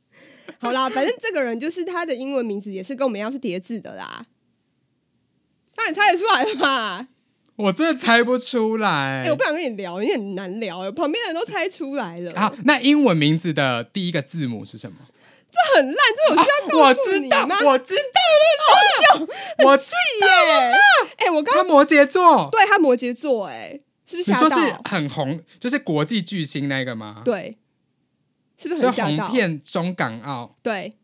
[SPEAKER 2] 好啦，反正这个人就是他的英文名字也是跟我们一样是叠字的啦，那你猜得出来了吧？
[SPEAKER 1] 我真的猜不出来。
[SPEAKER 2] 哎、我不想跟你聊，你很难聊、哎旁边的人都猜出来了，
[SPEAKER 1] 好，那英文名字的第一个字母是什么？
[SPEAKER 2] 这很烂，这我需要
[SPEAKER 1] 我
[SPEAKER 2] 告诉
[SPEAKER 1] 知
[SPEAKER 2] 你
[SPEAKER 1] 道
[SPEAKER 2] 吗？，
[SPEAKER 1] 我知道了，我知道了。
[SPEAKER 2] 哎、我刚
[SPEAKER 1] 啊他摩羯座，
[SPEAKER 2] 对他摩羯座、哎，是不是
[SPEAKER 1] 你
[SPEAKER 2] 吓
[SPEAKER 1] 说
[SPEAKER 2] 到？
[SPEAKER 1] 是很红，就是国际巨星那个吗？，
[SPEAKER 2] 对，是不是
[SPEAKER 1] 所以
[SPEAKER 2] 很吓
[SPEAKER 1] 红
[SPEAKER 2] 到？
[SPEAKER 1] 遍中港澳，
[SPEAKER 2] 对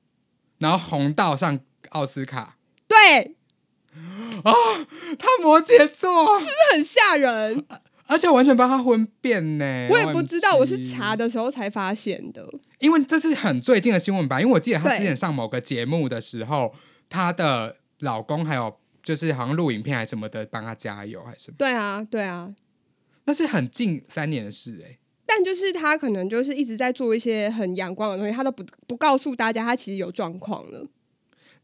[SPEAKER 1] 然后红到上奥斯卡。
[SPEAKER 2] 对，
[SPEAKER 1] 他摩羯座，
[SPEAKER 2] 很吓人。
[SPEAKER 1] 而且完全把他婚变呢。
[SPEAKER 2] 我也不知道，
[SPEAKER 1] OMG
[SPEAKER 2] 我是查，的时候才发现的。
[SPEAKER 1] 因为这是很最近的新闻吧？因为我记得她
[SPEAKER 2] 对
[SPEAKER 1] 之前上某个节目的时候，她的老公还有就是好像录影片还是什么的帮她加油还是什么，
[SPEAKER 2] 对啊，对啊。
[SPEAKER 1] 那是很近三年的事哎、
[SPEAKER 2] 但就是他可能就是一直在做一些很阳光的东西，他都不不告诉大家他其实有状况了。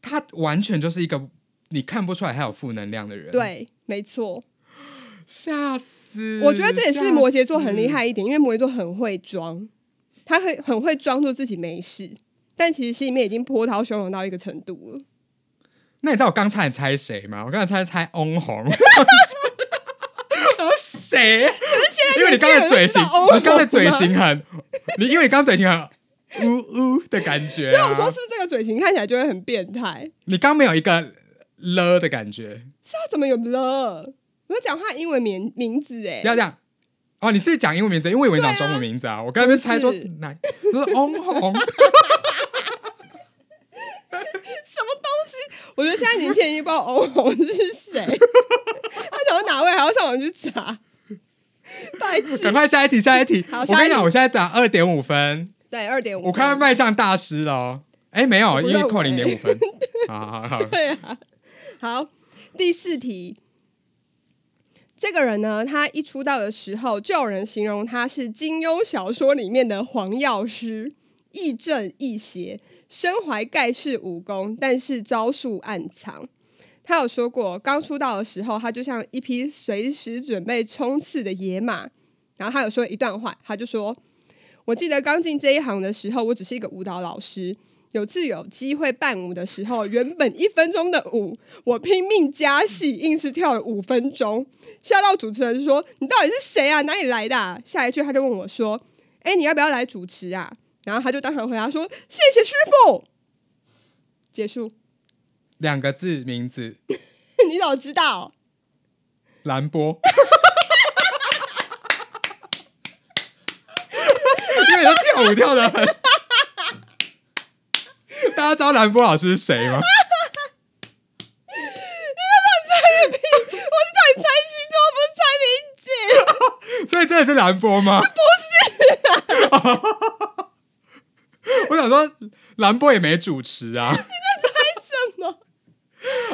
[SPEAKER 1] 她完全就是一个你看不出来她有负能量的人，，
[SPEAKER 2] 对，没错。
[SPEAKER 1] 吓死！
[SPEAKER 2] 我觉得这也
[SPEAKER 1] 嗯吓
[SPEAKER 2] 是
[SPEAKER 1] 死
[SPEAKER 2] 摩羯座很厉，害一点，因为摩羯座很会装，他很很会装作自己没事，但其实心里面已经波涛汹涌到一个程度了。
[SPEAKER 1] 那你知道我刚才猜谁吗？我刚才猜猜翁虹，谁？因为你刚才嘴型，你
[SPEAKER 2] 可是现在年轻人都知道翁虹吗啊
[SPEAKER 1] 刚才嘴型很，你因为你刚才嘴型很呜呜的感觉、
[SPEAKER 2] 所以
[SPEAKER 1] 啊，
[SPEAKER 2] 我说，是不是这个嘴型看起来就会很变态？
[SPEAKER 1] 你刚没有一个了的感觉，
[SPEAKER 2] 他怎么有了？我在讲他英文名名字哎、
[SPEAKER 1] 不要这样。哦，你是讲英文名字，因为我以为你讲中文名字啊。我刚才在猜说
[SPEAKER 2] 不是
[SPEAKER 1] 哪，就是翁虹，
[SPEAKER 2] 我觉得现在年轻人已经不知道欧红是谁， 他想说哪位还要上网去查， 白
[SPEAKER 1] 赶
[SPEAKER 2] 痴。
[SPEAKER 1] 快下一题，下一题。
[SPEAKER 2] 好
[SPEAKER 1] 我跟
[SPEAKER 2] 下一
[SPEAKER 1] 你
[SPEAKER 2] 题
[SPEAKER 1] 讲，我现在打二点五分，
[SPEAKER 2] 对，二点五，
[SPEAKER 1] 我快要迈向大师了哦。哎，没有，
[SPEAKER 2] 不
[SPEAKER 1] 因为
[SPEAKER 2] 认
[SPEAKER 1] 扣零点
[SPEAKER 2] 为
[SPEAKER 1] 五分。 好好 好，
[SPEAKER 2] 对啊，好，第四题。这个人呢，他一出道的时候，就有人形容他是金庸小说里面的黄药师，亦正亦邪，身怀盖世武功，但是招数暗藏。他有说过，刚出道的时候，他就像一匹随时准备冲刺的野马。然后他有说一段话，他就说：“我记得刚进这一行的时候，我只是一个舞蹈老师，有次有机会伴舞的时候，原本一分钟的舞，我拼命加戏，硬是跳了五分钟，吓到主持人说：“你到底是谁啊？哪里来的、啊？”下一句他就问我说：“哎、你要不要来主持啊？”然后他就当场回答说：“谢谢师傅。”结束，
[SPEAKER 1] 两个字名字
[SPEAKER 2] 你怎么知道？
[SPEAKER 1] 兰波。 因为他跳舞跳的很，大家知道兰波老师是谁吗？
[SPEAKER 2] 我是叫你猜星座，不是猜名字。
[SPEAKER 1] 所以真的是兰波吗？不 是、我想说，兰波也没主持啊。
[SPEAKER 2] 什么？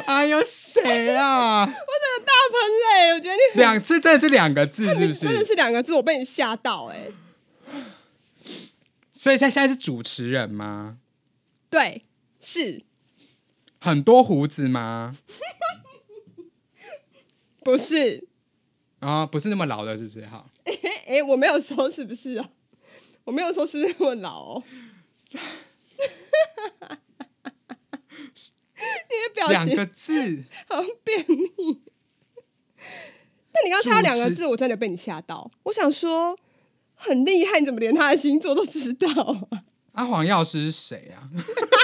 [SPEAKER 1] 哎呦，谁啊？
[SPEAKER 2] 我整个大喷泪，我觉得 你
[SPEAKER 1] 两次真的是两个字，是不
[SPEAKER 2] 真的
[SPEAKER 1] 是？
[SPEAKER 2] 是两个字，我被你吓到哎、
[SPEAKER 1] 所以现在现在是主持人吗？
[SPEAKER 2] 对，是
[SPEAKER 1] 很多胡子吗？
[SPEAKER 2] 不是？
[SPEAKER 1] 啊、不是那么老的，是不是？好。
[SPEAKER 2] 哎、诶我没有说是不是啊？我没有说是不是那么老哦。你的表
[SPEAKER 1] 两
[SPEAKER 2] 情
[SPEAKER 1] 个字，
[SPEAKER 2] 好像便秘。那你刚才有两个
[SPEAKER 1] 主
[SPEAKER 2] 字，我真的被你吓到。我想说，很厉害，你怎么连他的星座都知道啊、
[SPEAKER 1] 啊，黄药师是谁啊？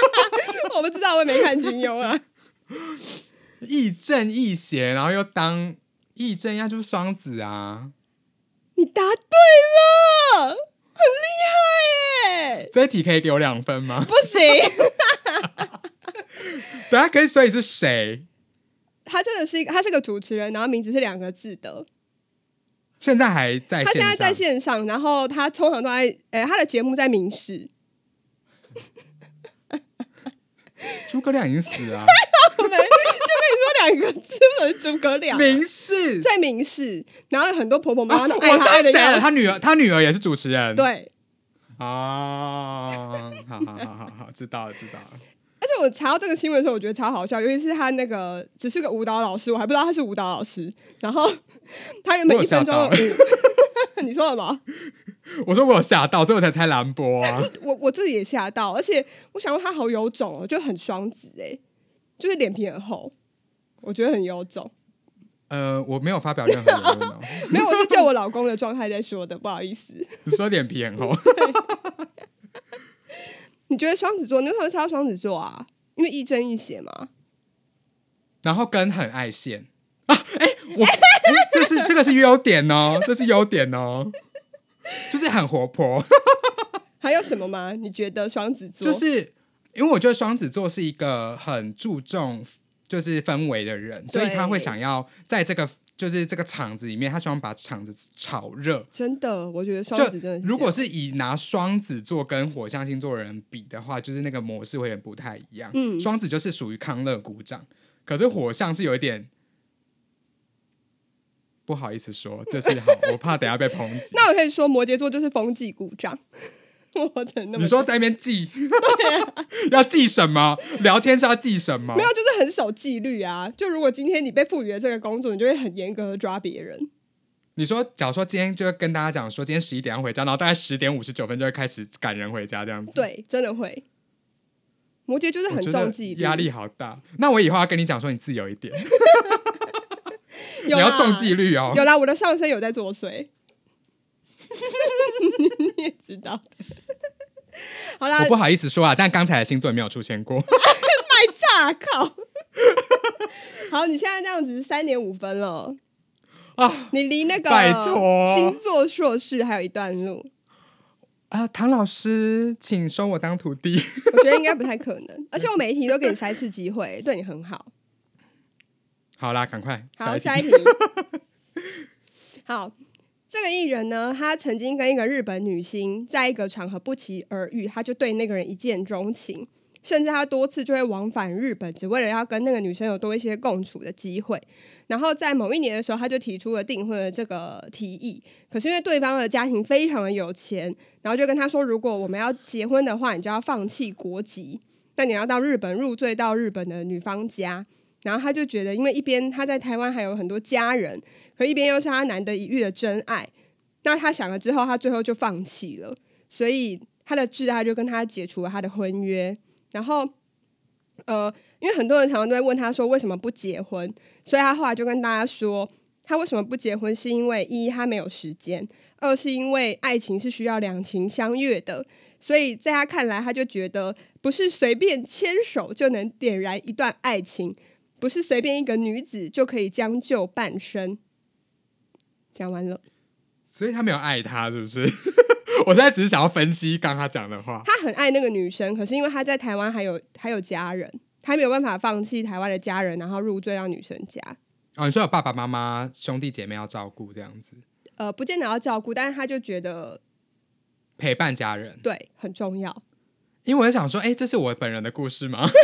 [SPEAKER 2] 我不知道，我也没看金庸啊。
[SPEAKER 1] 亦正亦邪，然后又当亦正，应该就是双子啊。
[SPEAKER 2] 你答对了，很厉害耶！
[SPEAKER 1] 这一题可以给我两分 吗？
[SPEAKER 2] 不行，
[SPEAKER 1] 等下啊可以，所以是谁？
[SPEAKER 2] 他真的是一个，他是个主持人，然后名字是两个字的。
[SPEAKER 1] 现在还在
[SPEAKER 2] 他
[SPEAKER 1] 线
[SPEAKER 2] 现在
[SPEAKER 1] 上？
[SPEAKER 2] 在线上，然后他通常都在，呃、他的节目在明视。
[SPEAKER 1] 诸葛亮已经死
[SPEAKER 2] 哎
[SPEAKER 1] 了啊，
[SPEAKER 2] 我们就跟你说两个字，我是诸葛亮啊
[SPEAKER 1] 明 示
[SPEAKER 2] 在明视，然后很多婆婆妈妈
[SPEAKER 1] 啊，
[SPEAKER 2] 都
[SPEAKER 1] 我
[SPEAKER 2] 爱
[SPEAKER 1] 知
[SPEAKER 2] 他爱
[SPEAKER 1] 道
[SPEAKER 2] 的
[SPEAKER 1] 谁了，
[SPEAKER 2] 要死。
[SPEAKER 1] 他女儿，他女儿也是主持人。
[SPEAKER 2] 对，
[SPEAKER 1] 哦，好好好好好，知道了知道了。
[SPEAKER 2] 而且我查到这个新闻的时候，我觉得超好笑，尤其是他那个只是个舞蹈老师，我还不知道他是舞蹈老师。然后他原本
[SPEAKER 1] 我有
[SPEAKER 2] 一分
[SPEAKER 1] 吓
[SPEAKER 2] 钟的
[SPEAKER 1] 到
[SPEAKER 2] 舞， 你说什么？
[SPEAKER 1] 我说我有吓到，所以我才猜兰波啊。
[SPEAKER 2] 我我自己也吓到，而且我想说他好有种哦，就很双子哎、就是脸皮很厚，我觉得很有种。
[SPEAKER 1] 呃，我没有发表任何言论哦。
[SPEAKER 2] 没有，我是就我老公的状态在说的，不好意思。
[SPEAKER 1] 你说脸皮很厚，
[SPEAKER 2] 你觉得双子座？你为什么猜到双子座啊？因为亦正亦邪嘛。
[SPEAKER 1] 然后跟很爱现啊，哎、我、哎这是这个是优点哦，这是优点哦，就是很活泼，
[SPEAKER 2] 还有什么吗？你觉得双子座？
[SPEAKER 1] 就是因为我觉得双子座是一个很注重就是氛围的人，所以他会想要在这个就是这个场子里面，他希望把场子炒热。
[SPEAKER 2] 真的，我觉得双
[SPEAKER 1] 就
[SPEAKER 2] 子真的是
[SPEAKER 1] 如
[SPEAKER 2] 这
[SPEAKER 1] 果
[SPEAKER 2] 样
[SPEAKER 1] 是以拿双子座跟火象星座的人比的话，就是那个模式会有点不太一样。
[SPEAKER 2] 嗯
[SPEAKER 1] 双子就是属于康乐鼓掌，可是火象是有一点不好意思说，就是好，我怕等一下被抨击。
[SPEAKER 2] 那我可以说摩羯座就是风纪鼓掌， 我只能 那么
[SPEAKER 1] 你说
[SPEAKER 2] 讲
[SPEAKER 1] 在那边 记，要记什么？聊天是要记什么
[SPEAKER 2] 没？有，就是很守纪律啊。就如果今天你被赋予了这个工作，你就会很严格的抓别人。
[SPEAKER 1] 你说，假如说今天就跟大家讲说，今天十一点要回家，然后大概十点五十九分就会开始赶人回家，这样子。
[SPEAKER 2] 对，真的会。摩羯就是
[SPEAKER 1] 我
[SPEAKER 2] 很
[SPEAKER 1] 觉得
[SPEAKER 2] 重纪律，
[SPEAKER 1] 压力好大。那我以后要跟你讲说，你自由一点，你
[SPEAKER 2] 有啊
[SPEAKER 1] 要
[SPEAKER 2] 啦
[SPEAKER 1] 重纪律哦。
[SPEAKER 2] 有啦，我的上身有在作祟， 你也知道 的。好啦
[SPEAKER 1] 我，不好意思说啊，但刚才的星座没有出现过。
[SPEAKER 2] 大靠！好，你现在这样子三点五分了
[SPEAKER 1] 啊！
[SPEAKER 2] 你离那个
[SPEAKER 1] 拜托
[SPEAKER 2] 星座硕士还有一段路，
[SPEAKER 1] 啊，唐老师，请收我当徒弟。
[SPEAKER 2] 我觉得应该不太可能。而且我每一题都给你三次机会，对你很好。
[SPEAKER 1] 好啦，赶快
[SPEAKER 2] 好，
[SPEAKER 1] 下
[SPEAKER 2] 下
[SPEAKER 1] 一
[SPEAKER 2] 一
[SPEAKER 1] 题。
[SPEAKER 2] 题。好，这个艺人呢，他曾经跟一个日本女星在一个场合不期而遇，他就对那个人一见钟情，甚至他多次就会往返日本，只为了要跟那个女生有多一些共处的机会。然后在某一年的时候，他就提出了订婚的这个提议，可是因为对方的家庭非常的有钱，然后就跟他说，如果我们要结婚的话，你就要放弃国籍，那你要到日本入赘到日本的女方家。然后他就觉得，因为一边他在台湾还有很多家人，可一边又是他难得一遇的真爱，那他想了之后，他最后就放弃了，所以他的挚爱就跟他解除了他的婚约。然后，呃，因为很多人常常都会问他说为什么不结婚，所以他后来就跟大家说，他为什么不结婚，是因为一他没有时间，二是因为爱情是需要两情相悦的，所以在他看来，他就觉得不是随便牵手就能点燃一段爱情。不是随便一个女子就可以将就半生。讲完了，
[SPEAKER 1] 所以他没有爱他，是不是？ 我现在只是想要分析刚他讲的话。
[SPEAKER 2] 他很爱那个女生，可是因为他在台湾还有还有家人，他没有办法放弃台湾的家人，然后入赘到女生家。
[SPEAKER 1] 哦，你说有爸爸妈妈、兄弟姐妹要照顾，这样子
[SPEAKER 2] 呃，不见得要照顾，但是他就觉得
[SPEAKER 1] 陪伴家人。
[SPEAKER 2] 对很重要。
[SPEAKER 1] 因为我在想说，哎、这是我本人的故事吗？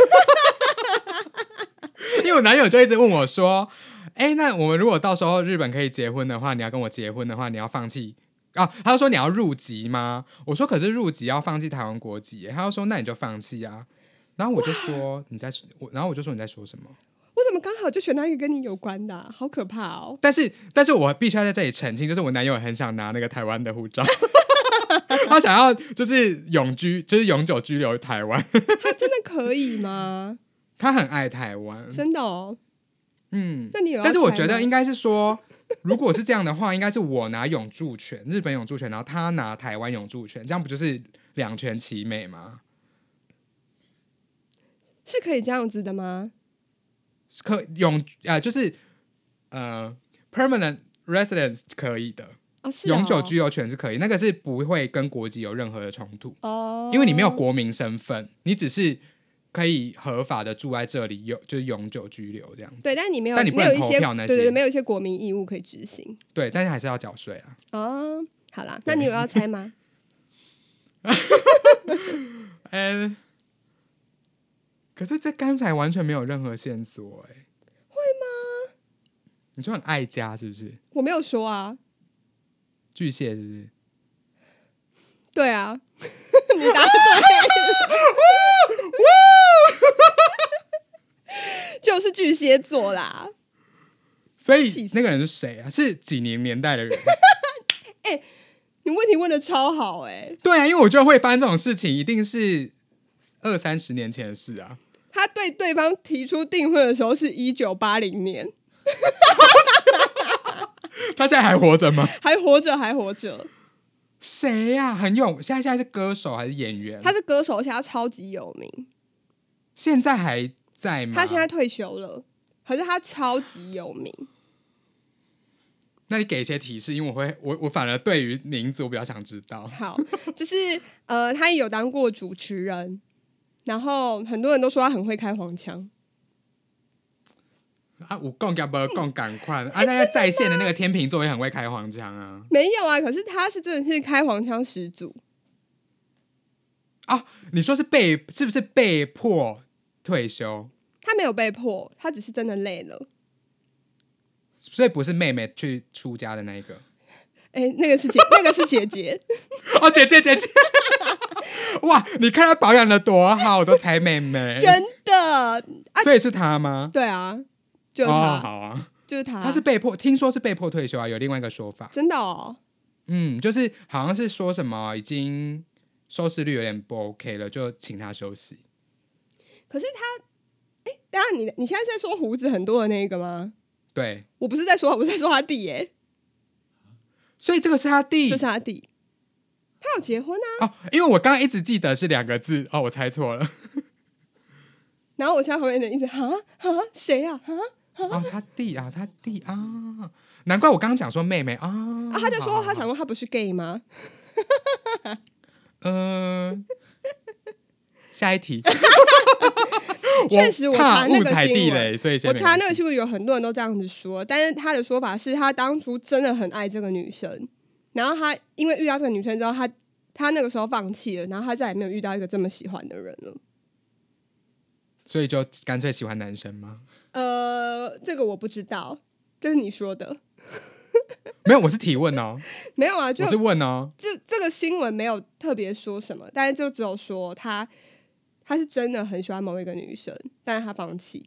[SPEAKER 1] 因为我男友就一直问我说，哎、那我们如果到时候日本可以结婚的话，你要跟我结婚的话，你要放弃啊？他就说你要入籍吗？我说可是入籍要放弃台湾国籍耶，他就说那你就放弃啊。然后我就说你在我，然后我就说你在说什么？
[SPEAKER 2] 我怎么刚好就选到一个跟你有关的啊、好可怕哦！
[SPEAKER 1] 但是，但是我必须要在这里澄清，就是我男友也很想拿那个台湾的护照， 他想要就是永居，就是永久居留台湾，
[SPEAKER 2] 他真的可以吗？
[SPEAKER 1] 他很爱台湾，
[SPEAKER 2] 真的哦？
[SPEAKER 1] 嗯。
[SPEAKER 2] 那你有要
[SPEAKER 1] 但是我
[SPEAKER 2] 猜
[SPEAKER 1] 觉得
[SPEAKER 2] 吗
[SPEAKER 1] 应该是说，如果是这样的话，应该是我拿永住权，日本永住权，然后他拿台湾永住权，这样不就是两全其美吗？
[SPEAKER 2] 是可以这样子的吗？
[SPEAKER 1] 是可永呃就是呃 permanent residence 可以的，
[SPEAKER 2] 哦，是哦
[SPEAKER 1] 永久居留权是可以，那个是不会跟国籍有任何的冲突，
[SPEAKER 2] 哦，
[SPEAKER 1] 因为你没有国民身份，你只是可以合法的住在这里，有就是永久居留这样。
[SPEAKER 2] 对，但你没有，
[SPEAKER 1] 但你不
[SPEAKER 2] 没有
[SPEAKER 1] 能
[SPEAKER 2] 一
[SPEAKER 1] 投
[SPEAKER 2] 些
[SPEAKER 1] 票那
[SPEAKER 2] 对对
[SPEAKER 1] 些
[SPEAKER 2] 对，没有一些国民义务可以执行。
[SPEAKER 1] 对，但是还是要缴税啊。
[SPEAKER 2] 哦，好啦，那你有要猜吗？
[SPEAKER 1] 嗯，可是这刚才完全没有任何线索、哎，会吗？你就很爱家是不是？
[SPEAKER 2] 我没有说啊，
[SPEAKER 1] 巨蟹是不是？
[SPEAKER 2] 对啊， 你答对， 就是巨蟹座啦。
[SPEAKER 1] 所
[SPEAKER 2] 气
[SPEAKER 1] 以那个人是谁啊？是几年年代的人？
[SPEAKER 2] 你问题问的超好哎、
[SPEAKER 1] 对啊，因为我觉得会发生这种事情，一定是二三十年前的事啊。
[SPEAKER 2] 他对对方提出订婚的时候是一九八零年，
[SPEAKER 1] 他现在还活着吗？
[SPEAKER 2] 还活着，还活着。
[SPEAKER 1] 谁呀、很有，现在现在是歌手还是演员？
[SPEAKER 2] 他是歌手，而且他超级有名。
[SPEAKER 1] 现在还在吗？
[SPEAKER 2] 他现在，退休了，可是他超级有名。
[SPEAKER 1] 那你给一些提示，因为我会，我我反而对于名字我比较想知道。
[SPEAKER 2] 好， 就是呃，他也有当过主持人，然后很多人都说他很会开黄腔。
[SPEAKER 1] 啊，我共感不共感 快啊！大家在线的那个天秤座也很会开黄腔啊。
[SPEAKER 2] 没有啊，可是他是真的是开黄腔始祖，
[SPEAKER 1] 啊，你说是被是不是被迫退休？
[SPEAKER 2] 他没有被迫，他只是真的累了。
[SPEAKER 1] 所以不是妹妹去出家的那一个
[SPEAKER 2] 哎、那个是姐， 那个是姐姐，
[SPEAKER 1] 哦，姐姐姐姐， 哇！你看她保养的多好，我都猜妹 妹，
[SPEAKER 2] 真的，
[SPEAKER 1] 所以是她吗？
[SPEAKER 2] 对啊，就是
[SPEAKER 1] 哦，
[SPEAKER 2] 他，
[SPEAKER 1] 好啊，
[SPEAKER 2] 就是他，
[SPEAKER 1] 她是被迫，听说是被迫退休啊，有另外一个说法，
[SPEAKER 2] 真的哦，
[SPEAKER 1] 嗯，就是好像是说什么啊已经收视率有点不 OK 了，就请她休息。
[SPEAKER 2] 可是他，哎、等一下你你现在在说胡子很多的那个吗？
[SPEAKER 1] 对，
[SPEAKER 2] 我不是在说，我是在说他弟耶、
[SPEAKER 1] 所以这个是她弟
[SPEAKER 2] 这是他弟，他有结婚啊。
[SPEAKER 1] 哦，因为我刚刚一直记得是两个字哦，我猜错 了。
[SPEAKER 2] 然后我现在旁边的人一直哈哈谁呀哈
[SPEAKER 1] 哦，他弟啊，他弟啊，难怪我刚刚讲说妹妹啊，
[SPEAKER 2] 啊，他就说他
[SPEAKER 1] 想，
[SPEAKER 2] 想问他不是 gay 吗？
[SPEAKER 1] 嗯、下一 题，
[SPEAKER 2] 确实我查
[SPEAKER 1] 怕误
[SPEAKER 2] 那个
[SPEAKER 1] 踩
[SPEAKER 2] 新
[SPEAKER 1] 地
[SPEAKER 2] 闻
[SPEAKER 1] 雷，所以先
[SPEAKER 2] 我
[SPEAKER 1] 没
[SPEAKER 2] 查
[SPEAKER 1] 关
[SPEAKER 2] 那个
[SPEAKER 1] 系
[SPEAKER 2] 新闻有很多人都这样子说，但是他的说法是他当初真的很爱这个女生，然后他因为遇到这个女生之后，他他那个时候放弃了，然后他再也没有遇到一个这么喜欢的人了。
[SPEAKER 1] 所以就干脆喜欢男生吗？
[SPEAKER 2] 呃，这个我不知道，这是你说的，
[SPEAKER 1] 没有，我是提问 哦，
[SPEAKER 2] 没有啊？就
[SPEAKER 1] 我是问哦，
[SPEAKER 2] 这这个新闻没有特别说什么，但是就只有说他他是真的很喜欢某一个女生，但是他放弃。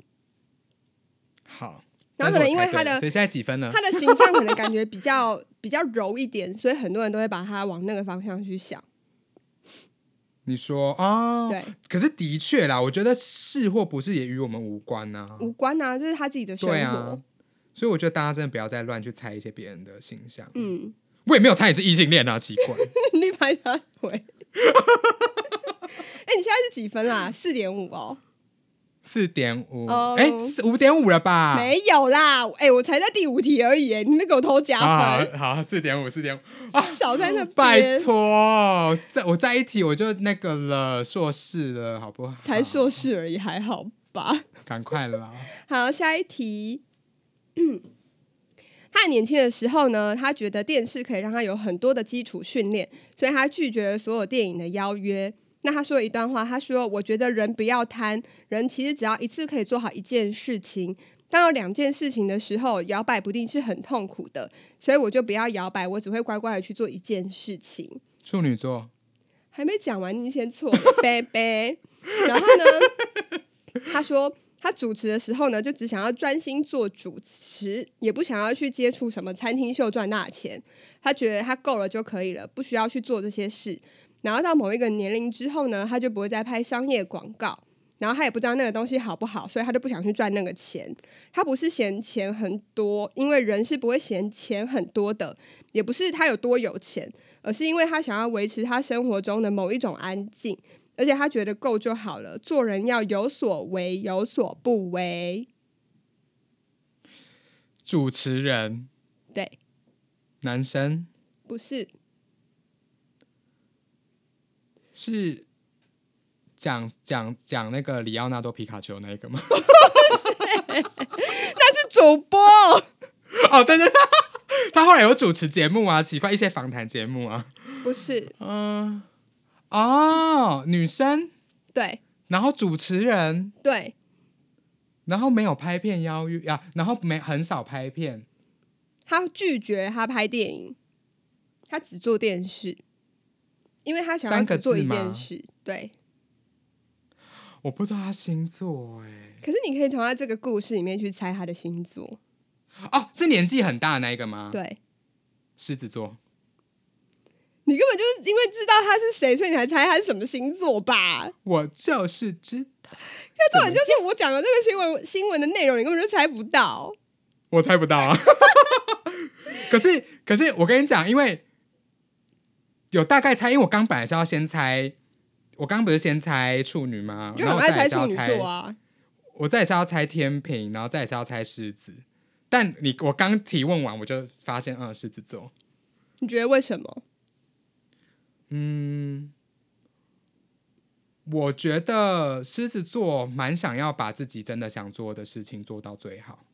[SPEAKER 1] 好。
[SPEAKER 2] 然后可
[SPEAKER 1] 但
[SPEAKER 2] 能
[SPEAKER 1] 是
[SPEAKER 2] 因
[SPEAKER 1] 我
[SPEAKER 2] 为
[SPEAKER 1] 猜
[SPEAKER 2] 他
[SPEAKER 1] 对了
[SPEAKER 2] 的
[SPEAKER 1] 所以现在几分了？
[SPEAKER 2] 他的形象可能感觉比较比较柔一点，所以很多人都会把他往那个方向去想。
[SPEAKER 1] 你说哦，
[SPEAKER 2] 对，
[SPEAKER 1] 可是的确啦，我觉得是或不是也与我们无关呐、
[SPEAKER 2] 无关啊，这是他自己的生活。
[SPEAKER 1] 对啊，所以我觉得大家真的不要再乱去猜一些别人的形象。
[SPEAKER 2] 嗯，
[SPEAKER 1] 我也没有猜你是异性恋啊，奇怪。
[SPEAKER 2] 你拍他腿。哎、你现在是几分 啦？四点五哦，
[SPEAKER 1] 四点五，
[SPEAKER 2] 哦
[SPEAKER 1] 哎，五点五了吧？
[SPEAKER 2] 没有啦，哎、我才在第五题而已，哎，你们给我偷加
[SPEAKER 1] 啊
[SPEAKER 2] 分，，
[SPEAKER 1] 好，四点五，四点五，
[SPEAKER 2] 少在那
[SPEAKER 1] 啊拜
[SPEAKER 2] 边
[SPEAKER 1] 托，再我再一提我就那个了，硕士了，好不好？
[SPEAKER 2] 才硕，士而已，还好吧？
[SPEAKER 1] 赶快啦！
[SPEAKER 2] 好，下一题。嗯他很年轻的时候呢，他觉得电视可以让他有很多的基础训练，所以他拒绝了所有电影的邀约。那他说了一段话，他说：“我觉得人不要贪，人其实只要一次可以做好一件事情。当有两件事情的时候，摇摆不定是很痛苦的，所以我就不要摇摆，我只会乖乖的去做一件事情。”
[SPEAKER 1] 处女座，
[SPEAKER 2] 还没讲完，你先错了， 拜拜。然后呢， 他说他主持的时候呢，就只想要专心做主持，也不想要去接触什么餐厅秀赚大钱。他觉得他够了就可以了，不需要去做这些事。然后到某一个年龄之后呢，他就不会再拍商业广告。然后他也不知道那个东西好不好，所以他就不想去赚那个钱。他不是嫌钱很多，因为人是不会嫌钱很多的，也不是他有多有钱，而是因为他想要维持他生活中的某一种安静，而且他觉得够就好了。做人要有所为，有所不为。
[SPEAKER 1] 主持人，
[SPEAKER 2] 对，
[SPEAKER 1] 男生
[SPEAKER 2] 不是
[SPEAKER 1] 是讲讲讲那个里奥纳多皮卡丘那一个 吗？
[SPEAKER 2] 是主播，
[SPEAKER 1] 哦，对对，对他后来有主持节目啊，奇怪，一些访谈节目啊，
[SPEAKER 2] 不是
[SPEAKER 1] 嗯、哦，女生，
[SPEAKER 2] 对
[SPEAKER 1] 然后主持人，
[SPEAKER 2] 对，
[SPEAKER 1] 然后没有拍片邀约啊，然后没很少拍片，
[SPEAKER 2] 他拒绝他拍电影，他只做电视，因为他想要
[SPEAKER 1] 三个
[SPEAKER 2] 只做
[SPEAKER 1] 字
[SPEAKER 2] 一
[SPEAKER 1] 吗
[SPEAKER 2] 件事。对，
[SPEAKER 1] 我不知道他星座哎、
[SPEAKER 2] 可是你可以从他这个故事里面去猜他的星座。
[SPEAKER 1] 哦，是年纪很大的那一个吗？，
[SPEAKER 2] 对
[SPEAKER 1] 狮子座。
[SPEAKER 2] 你根本就是因为知道他是谁，所以你才猜他是什么星座吧？
[SPEAKER 1] 我就是知道，
[SPEAKER 2] 那重点就是我讲的这个新闻新闻的内容，你根本就猜不到。
[SPEAKER 1] 我猜不到 啊。可是，可是我跟你讲，因为有大概猜，因为我刚本来是要先猜，我刚不是先猜处女吗？
[SPEAKER 2] 你就
[SPEAKER 1] 然后
[SPEAKER 2] 很
[SPEAKER 1] 我
[SPEAKER 2] 爱
[SPEAKER 1] 再来
[SPEAKER 2] 猜
[SPEAKER 1] 是要
[SPEAKER 2] 处女
[SPEAKER 1] 猜
[SPEAKER 2] 座啊，
[SPEAKER 1] 我再也是要猜天平，然后再也是要猜狮子。但你我刚提问完，我就发现，嗯，狮子座，
[SPEAKER 2] 你觉得为什么？
[SPEAKER 1] 嗯，我觉得狮子座蛮想要把自己真的想做的事情做到最好，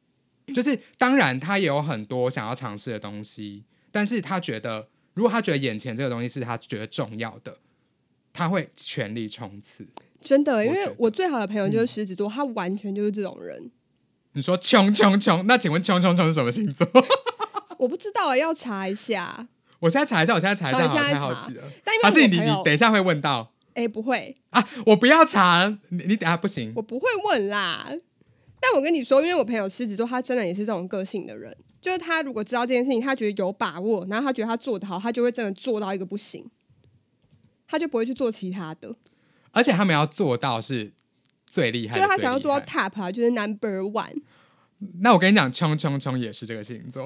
[SPEAKER 2] 嗯
[SPEAKER 1] 就是当然他也有很多想要尝试的东西，但是他觉得如果他觉得眼前这个东西是他觉得重要的，他会全力冲刺。
[SPEAKER 2] 真的，因
[SPEAKER 1] 我觉
[SPEAKER 2] 为
[SPEAKER 1] 得
[SPEAKER 2] 我最好的朋友
[SPEAKER 1] 嗯
[SPEAKER 2] 就是狮子座，他完全就是这种人。
[SPEAKER 1] 你说穷穷穷，那请问穷穷穷是什么星座？
[SPEAKER 2] 我不知道，要查一下。
[SPEAKER 1] 我现在查一下，我现在查一下，
[SPEAKER 2] 好
[SPEAKER 1] 好了，
[SPEAKER 2] 你现在
[SPEAKER 1] 太好
[SPEAKER 2] 查哎
[SPEAKER 1] 奇了。
[SPEAKER 2] 但因为
[SPEAKER 1] 还
[SPEAKER 2] 我
[SPEAKER 1] 是你
[SPEAKER 2] 朋
[SPEAKER 1] 你
[SPEAKER 2] 友，
[SPEAKER 1] 等一下会问到
[SPEAKER 2] 哎、不会，
[SPEAKER 1] 啊？我不要查，你你等一下不行。
[SPEAKER 2] 我不会问啦。但我跟你说，因为我朋友狮子座，他真的也是这种个性的人。就是他如果知道这件事情，他觉得有把握，然后他觉得他做得好，他就会真的做到一个不行，他就不会去做其他的。
[SPEAKER 1] 而且他们要做到是最厉害的，
[SPEAKER 2] 就是他想要
[SPEAKER 1] 最厉
[SPEAKER 2] 做
[SPEAKER 1] 害
[SPEAKER 2] 到 top 啊，就是 number one，
[SPEAKER 1] 那我跟你讲，穷穷穷也是这个星 座，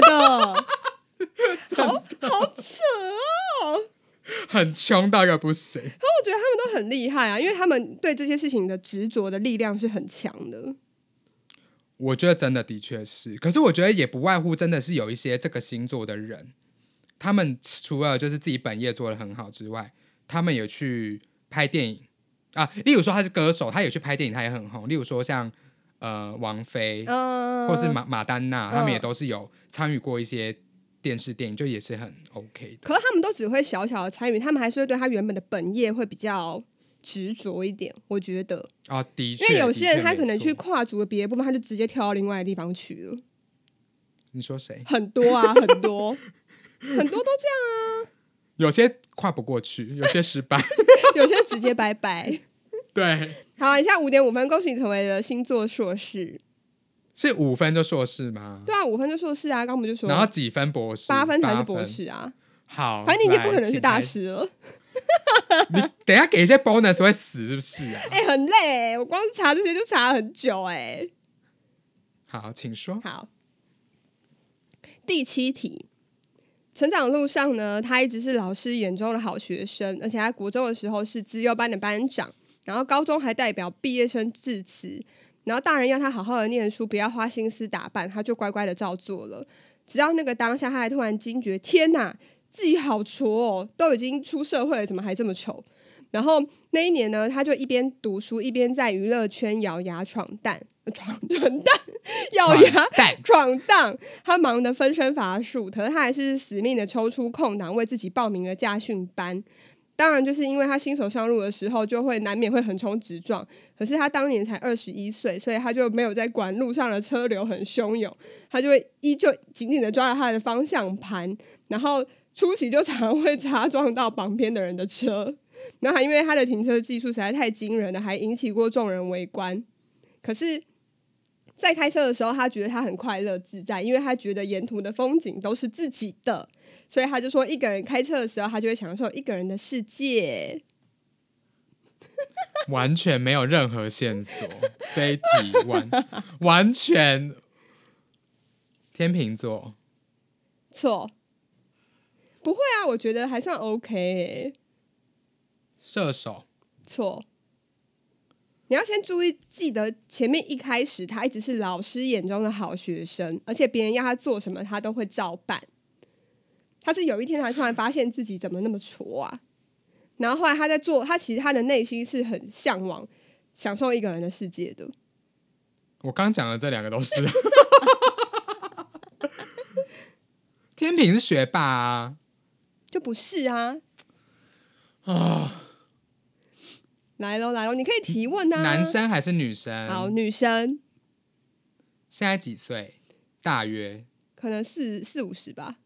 [SPEAKER 2] 的， 好扯哦！
[SPEAKER 1] 很穷到一个不行。
[SPEAKER 2] 可我觉得他们都很厉害啊，因为他们对这些事情的执着的力量是很强的。
[SPEAKER 1] 我觉得真的的确是，可是我觉得也不外乎真的是有一些这个星座的人，他们除了就是自己本业做得很好之外，他们也去拍电影啊。例如说他是歌手，他也去拍电影，他也很红。例如说像呃王菲，
[SPEAKER 2] 嗯，
[SPEAKER 1] 或是马马丹娜，他们也
[SPEAKER 2] 嗯
[SPEAKER 1] 都是有参与过一些电视电影，就也是很 OK 的。
[SPEAKER 2] 可是他们都只会小小的参与，他们还是会对他原本的本业会比较执着一点。我觉得，
[SPEAKER 1] 哦，的确，
[SPEAKER 2] 因为有
[SPEAKER 1] 的
[SPEAKER 2] 些人
[SPEAKER 1] 确
[SPEAKER 2] 他
[SPEAKER 1] 没
[SPEAKER 2] 可能
[SPEAKER 1] 错
[SPEAKER 2] 去跨足了别的部分，他就直接跳到另外的地方去了。
[SPEAKER 1] 你说谁？
[SPEAKER 2] 很多啊，很 多，很多都
[SPEAKER 1] 有些跨不过去，有些失败。
[SPEAKER 2] 这样，有些直接拜拜。
[SPEAKER 1] 对，
[SPEAKER 2] 好、啊，以下五点五分，恭喜你成为了星座硕士。
[SPEAKER 1] 是五分就硕士吗？
[SPEAKER 2] 对啊，五分就硕士啊，刚不就说
[SPEAKER 1] 然后几分博士？
[SPEAKER 2] 八分才是博。士啊？
[SPEAKER 1] 好，
[SPEAKER 2] 反正你已经不可
[SPEAKER 1] 来
[SPEAKER 2] 能是
[SPEAKER 1] 请
[SPEAKER 2] 大
[SPEAKER 1] 开
[SPEAKER 2] 师了。
[SPEAKER 1] 你等一下给一些 bonus 会死是不是啊？
[SPEAKER 2] 哎、很累欸、我光是查这些就查了很久哎、
[SPEAKER 1] 好，请说。
[SPEAKER 2] 好，第七题，成长路上呢，他一直是老师眼中的好学生，而且他国中的时候是资优班的班长，然后高中还代表毕业生致辞，然后大人要他好好的念书，不要花心思打扮，他就乖乖的照做了。直到那个当下，他还突然惊觉，天哪，自己好挫哦，都已经出社会了，怎么还这么丑？然后那一年呢，他就一边读书，一边在娱乐圈咬牙闯荡，闯闯荡，咬牙
[SPEAKER 1] 蛋
[SPEAKER 2] 闯荡，他忙得分身乏术，可是他还是死命的抽出空档为自己报名了驾训班。当然，就是因为他新手上路的时候，就会难免会横冲直撞。可是他当年才二十一岁，所以他就没有在管路上的车流很汹涌，他就会依旧紧紧的抓着他的方向盘，然后初期就常会擦撞到旁边的人的车。 然后还因为他的停车技术实在太惊人了，还引起过众人围观。可是在开车的时候，他觉得他很快乐自在，因为他觉得沿途的风景都是自己的，所以他就说，一个人开车的时候，他就会享受一个人的世界。
[SPEAKER 1] 完全没有任何线索，这一题完完全天秤座，
[SPEAKER 2] 错，不会啊，我觉得还算 OK 欸、
[SPEAKER 1] 射手，
[SPEAKER 2] 错，你要先注意，记得前面一开始他一直是老师眼中的好学生，而且别人要他做什么，他都会照办。他是有一天才突然发现自己怎么那么挫啊，然后后来他在做，他其实他的内心是很向往享受一个人的世界的。
[SPEAKER 1] 我刚讲的这两个都是。 天平是学霸啊，
[SPEAKER 2] 就不是啊啊！
[SPEAKER 1] 啊
[SPEAKER 2] 来喽来喽，你可以提问啊。
[SPEAKER 1] 男生还是女生？
[SPEAKER 2] 好，女生
[SPEAKER 1] 现在几岁？大约。
[SPEAKER 2] 可能四四五十吧，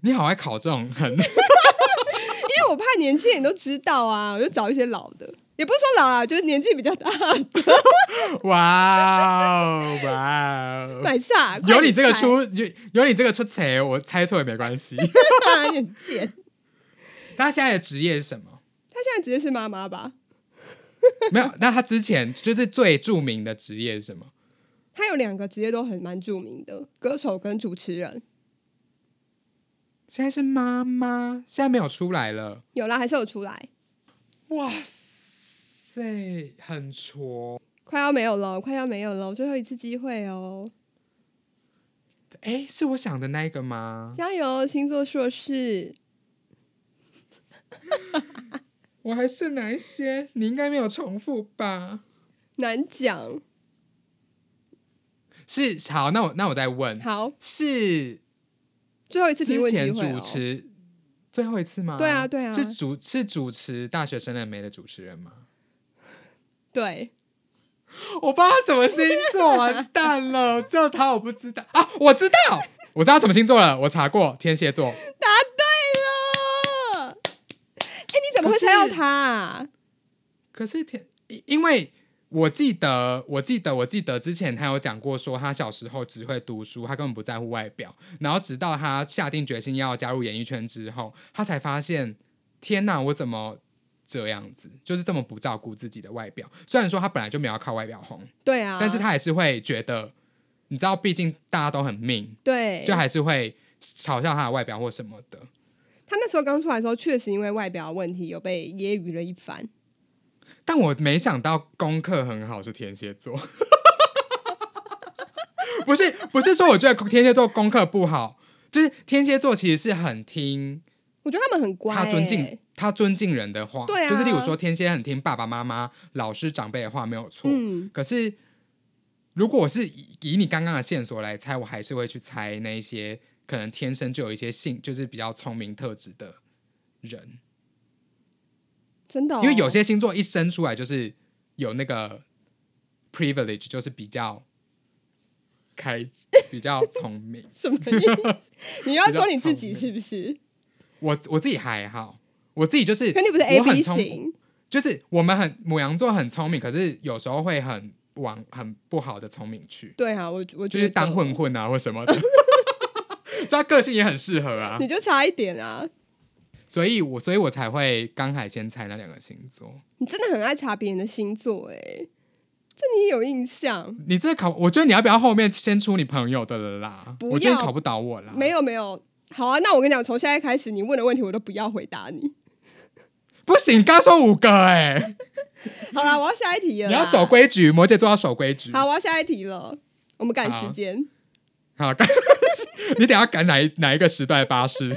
[SPEAKER 1] 你好爱考这种很
[SPEAKER 2] 因为我怕年轻人都知道啊，我就找一些老的，也不是说老啊，就是年纪比较 大。
[SPEAKER 1] 哇哦哇哦！
[SPEAKER 2] 买啥？
[SPEAKER 1] 有你这个
[SPEAKER 2] 出
[SPEAKER 1] 出有有你这个出彩，我猜错也没关 系。
[SPEAKER 2] 很贱。
[SPEAKER 1] 他现在的职业是什么？
[SPEAKER 2] 他现在直接是妈妈吧？
[SPEAKER 1] 没有，那他之前就是最著名的职业是什么？
[SPEAKER 2] 他有两个职业都很蛮著名的，歌手跟主持人。
[SPEAKER 1] 现在是妈妈，现在没有出来了。
[SPEAKER 2] 有啦，还是有出来，
[SPEAKER 1] 哇塞，很挫。
[SPEAKER 2] 快要没有了，快要没有了，最后一次机会哦，
[SPEAKER 1] 哎，是我想的那一个吗？
[SPEAKER 2] 加油，星座硕士。
[SPEAKER 1] 我还剩哪一些？你应该没有重复吧？
[SPEAKER 2] 难讲，
[SPEAKER 1] 是好，那我那我再问，
[SPEAKER 2] 好，
[SPEAKER 1] 是
[SPEAKER 2] 最后一次提
[SPEAKER 1] 之
[SPEAKER 2] 问
[SPEAKER 1] 前
[SPEAKER 2] 机会、
[SPEAKER 1] 主
[SPEAKER 2] 哦。
[SPEAKER 1] 持最后一次吗？
[SPEAKER 2] 对啊对啊
[SPEAKER 1] 是主是主持《大学生了没》的主持人吗？
[SPEAKER 2] 对，
[SPEAKER 1] 我不知道什么星座，完蛋了，这他我不知道啊，我知道，我知道什么星座了，我查过，天蝎座。
[SPEAKER 2] 答对 了。哎、你怎么会
[SPEAKER 1] 可是
[SPEAKER 2] 猜到他、啊？
[SPEAKER 1] 可是天，因因为我记得，我记得，我记得之前他有讲过，说他小时候只会读书，他根本不在乎外表。然后直到他下定决心要加入演艺圈之后，他才发现，天哪，我怎么这样子？就是这么不照顾自己的外表。虽然说他本来就没有要靠外表红，
[SPEAKER 2] 对啊，
[SPEAKER 1] 但是他还是会觉得，你知道，毕竟大家都很命，
[SPEAKER 2] 对，
[SPEAKER 1] 就还是会嘲笑他的外表或什么的。
[SPEAKER 2] 他那时候刚出来的时候，确实因为外表问题有被揶揄了一番。
[SPEAKER 1] 但我没想到功课很好是天蝎座， 不是不是说我觉得天蝎座功课不好，就是天蝎座其实是很听
[SPEAKER 2] 我觉得他们很乖、
[SPEAKER 1] 他尊敬、
[SPEAKER 2] 哎
[SPEAKER 1] 他尊敬人的话，
[SPEAKER 2] 对啊
[SPEAKER 1] 就是例如说天蝎很听爸爸妈妈、老师长辈的话没有错，
[SPEAKER 2] 嗯，
[SPEAKER 1] 可是如果我是以以你刚刚的线索来猜，我还是会去猜那一些可能天生就有一些性就是比较聪明特质的人。
[SPEAKER 2] 真的哦、
[SPEAKER 1] 因为有些星座一生出来就是有那个 privilege，就是比较开、比较聪 明。
[SPEAKER 2] 什么 意思？你要说你自己
[SPEAKER 1] 比较
[SPEAKER 2] 是不是？
[SPEAKER 1] 我我自己还好，我自己就是，
[SPEAKER 2] 可你不是 A
[SPEAKER 1] 我很
[SPEAKER 2] B
[SPEAKER 1] 聪
[SPEAKER 2] 型，
[SPEAKER 1] 就是我们很母羊座很聪明，可是有时候会很往很不好的聪明去，
[SPEAKER 2] 对啊，我我觉
[SPEAKER 1] 就
[SPEAKER 2] 得
[SPEAKER 1] 是当混混啊或什 么的。这个性也很适合啊，
[SPEAKER 2] 你就差一点啊！
[SPEAKER 1] 所以我所以我才会刚海先猜那两个星座。
[SPEAKER 2] 你真的很爱查别人的星座哎、这你也有印象？
[SPEAKER 1] 你这考，我觉得你要不要后面先出你朋友的了啦？
[SPEAKER 2] 不
[SPEAKER 1] 我觉得你
[SPEAKER 2] 要
[SPEAKER 1] 考不倒我啦。
[SPEAKER 2] 没有没有，好啊，那我跟你讲，从现在开始，你问的问题我都不要回答你。
[SPEAKER 1] 不行，刚说五个哎、
[SPEAKER 2] 啊好啦，我要下一题了。
[SPEAKER 1] 你要守。规矩，摩羯座要守规矩。
[SPEAKER 2] 好，我要下一题了，我们赶
[SPEAKER 1] 好
[SPEAKER 2] 时间，
[SPEAKER 1] 好， 赶你等下赶哪一哪一个时段的巴 士？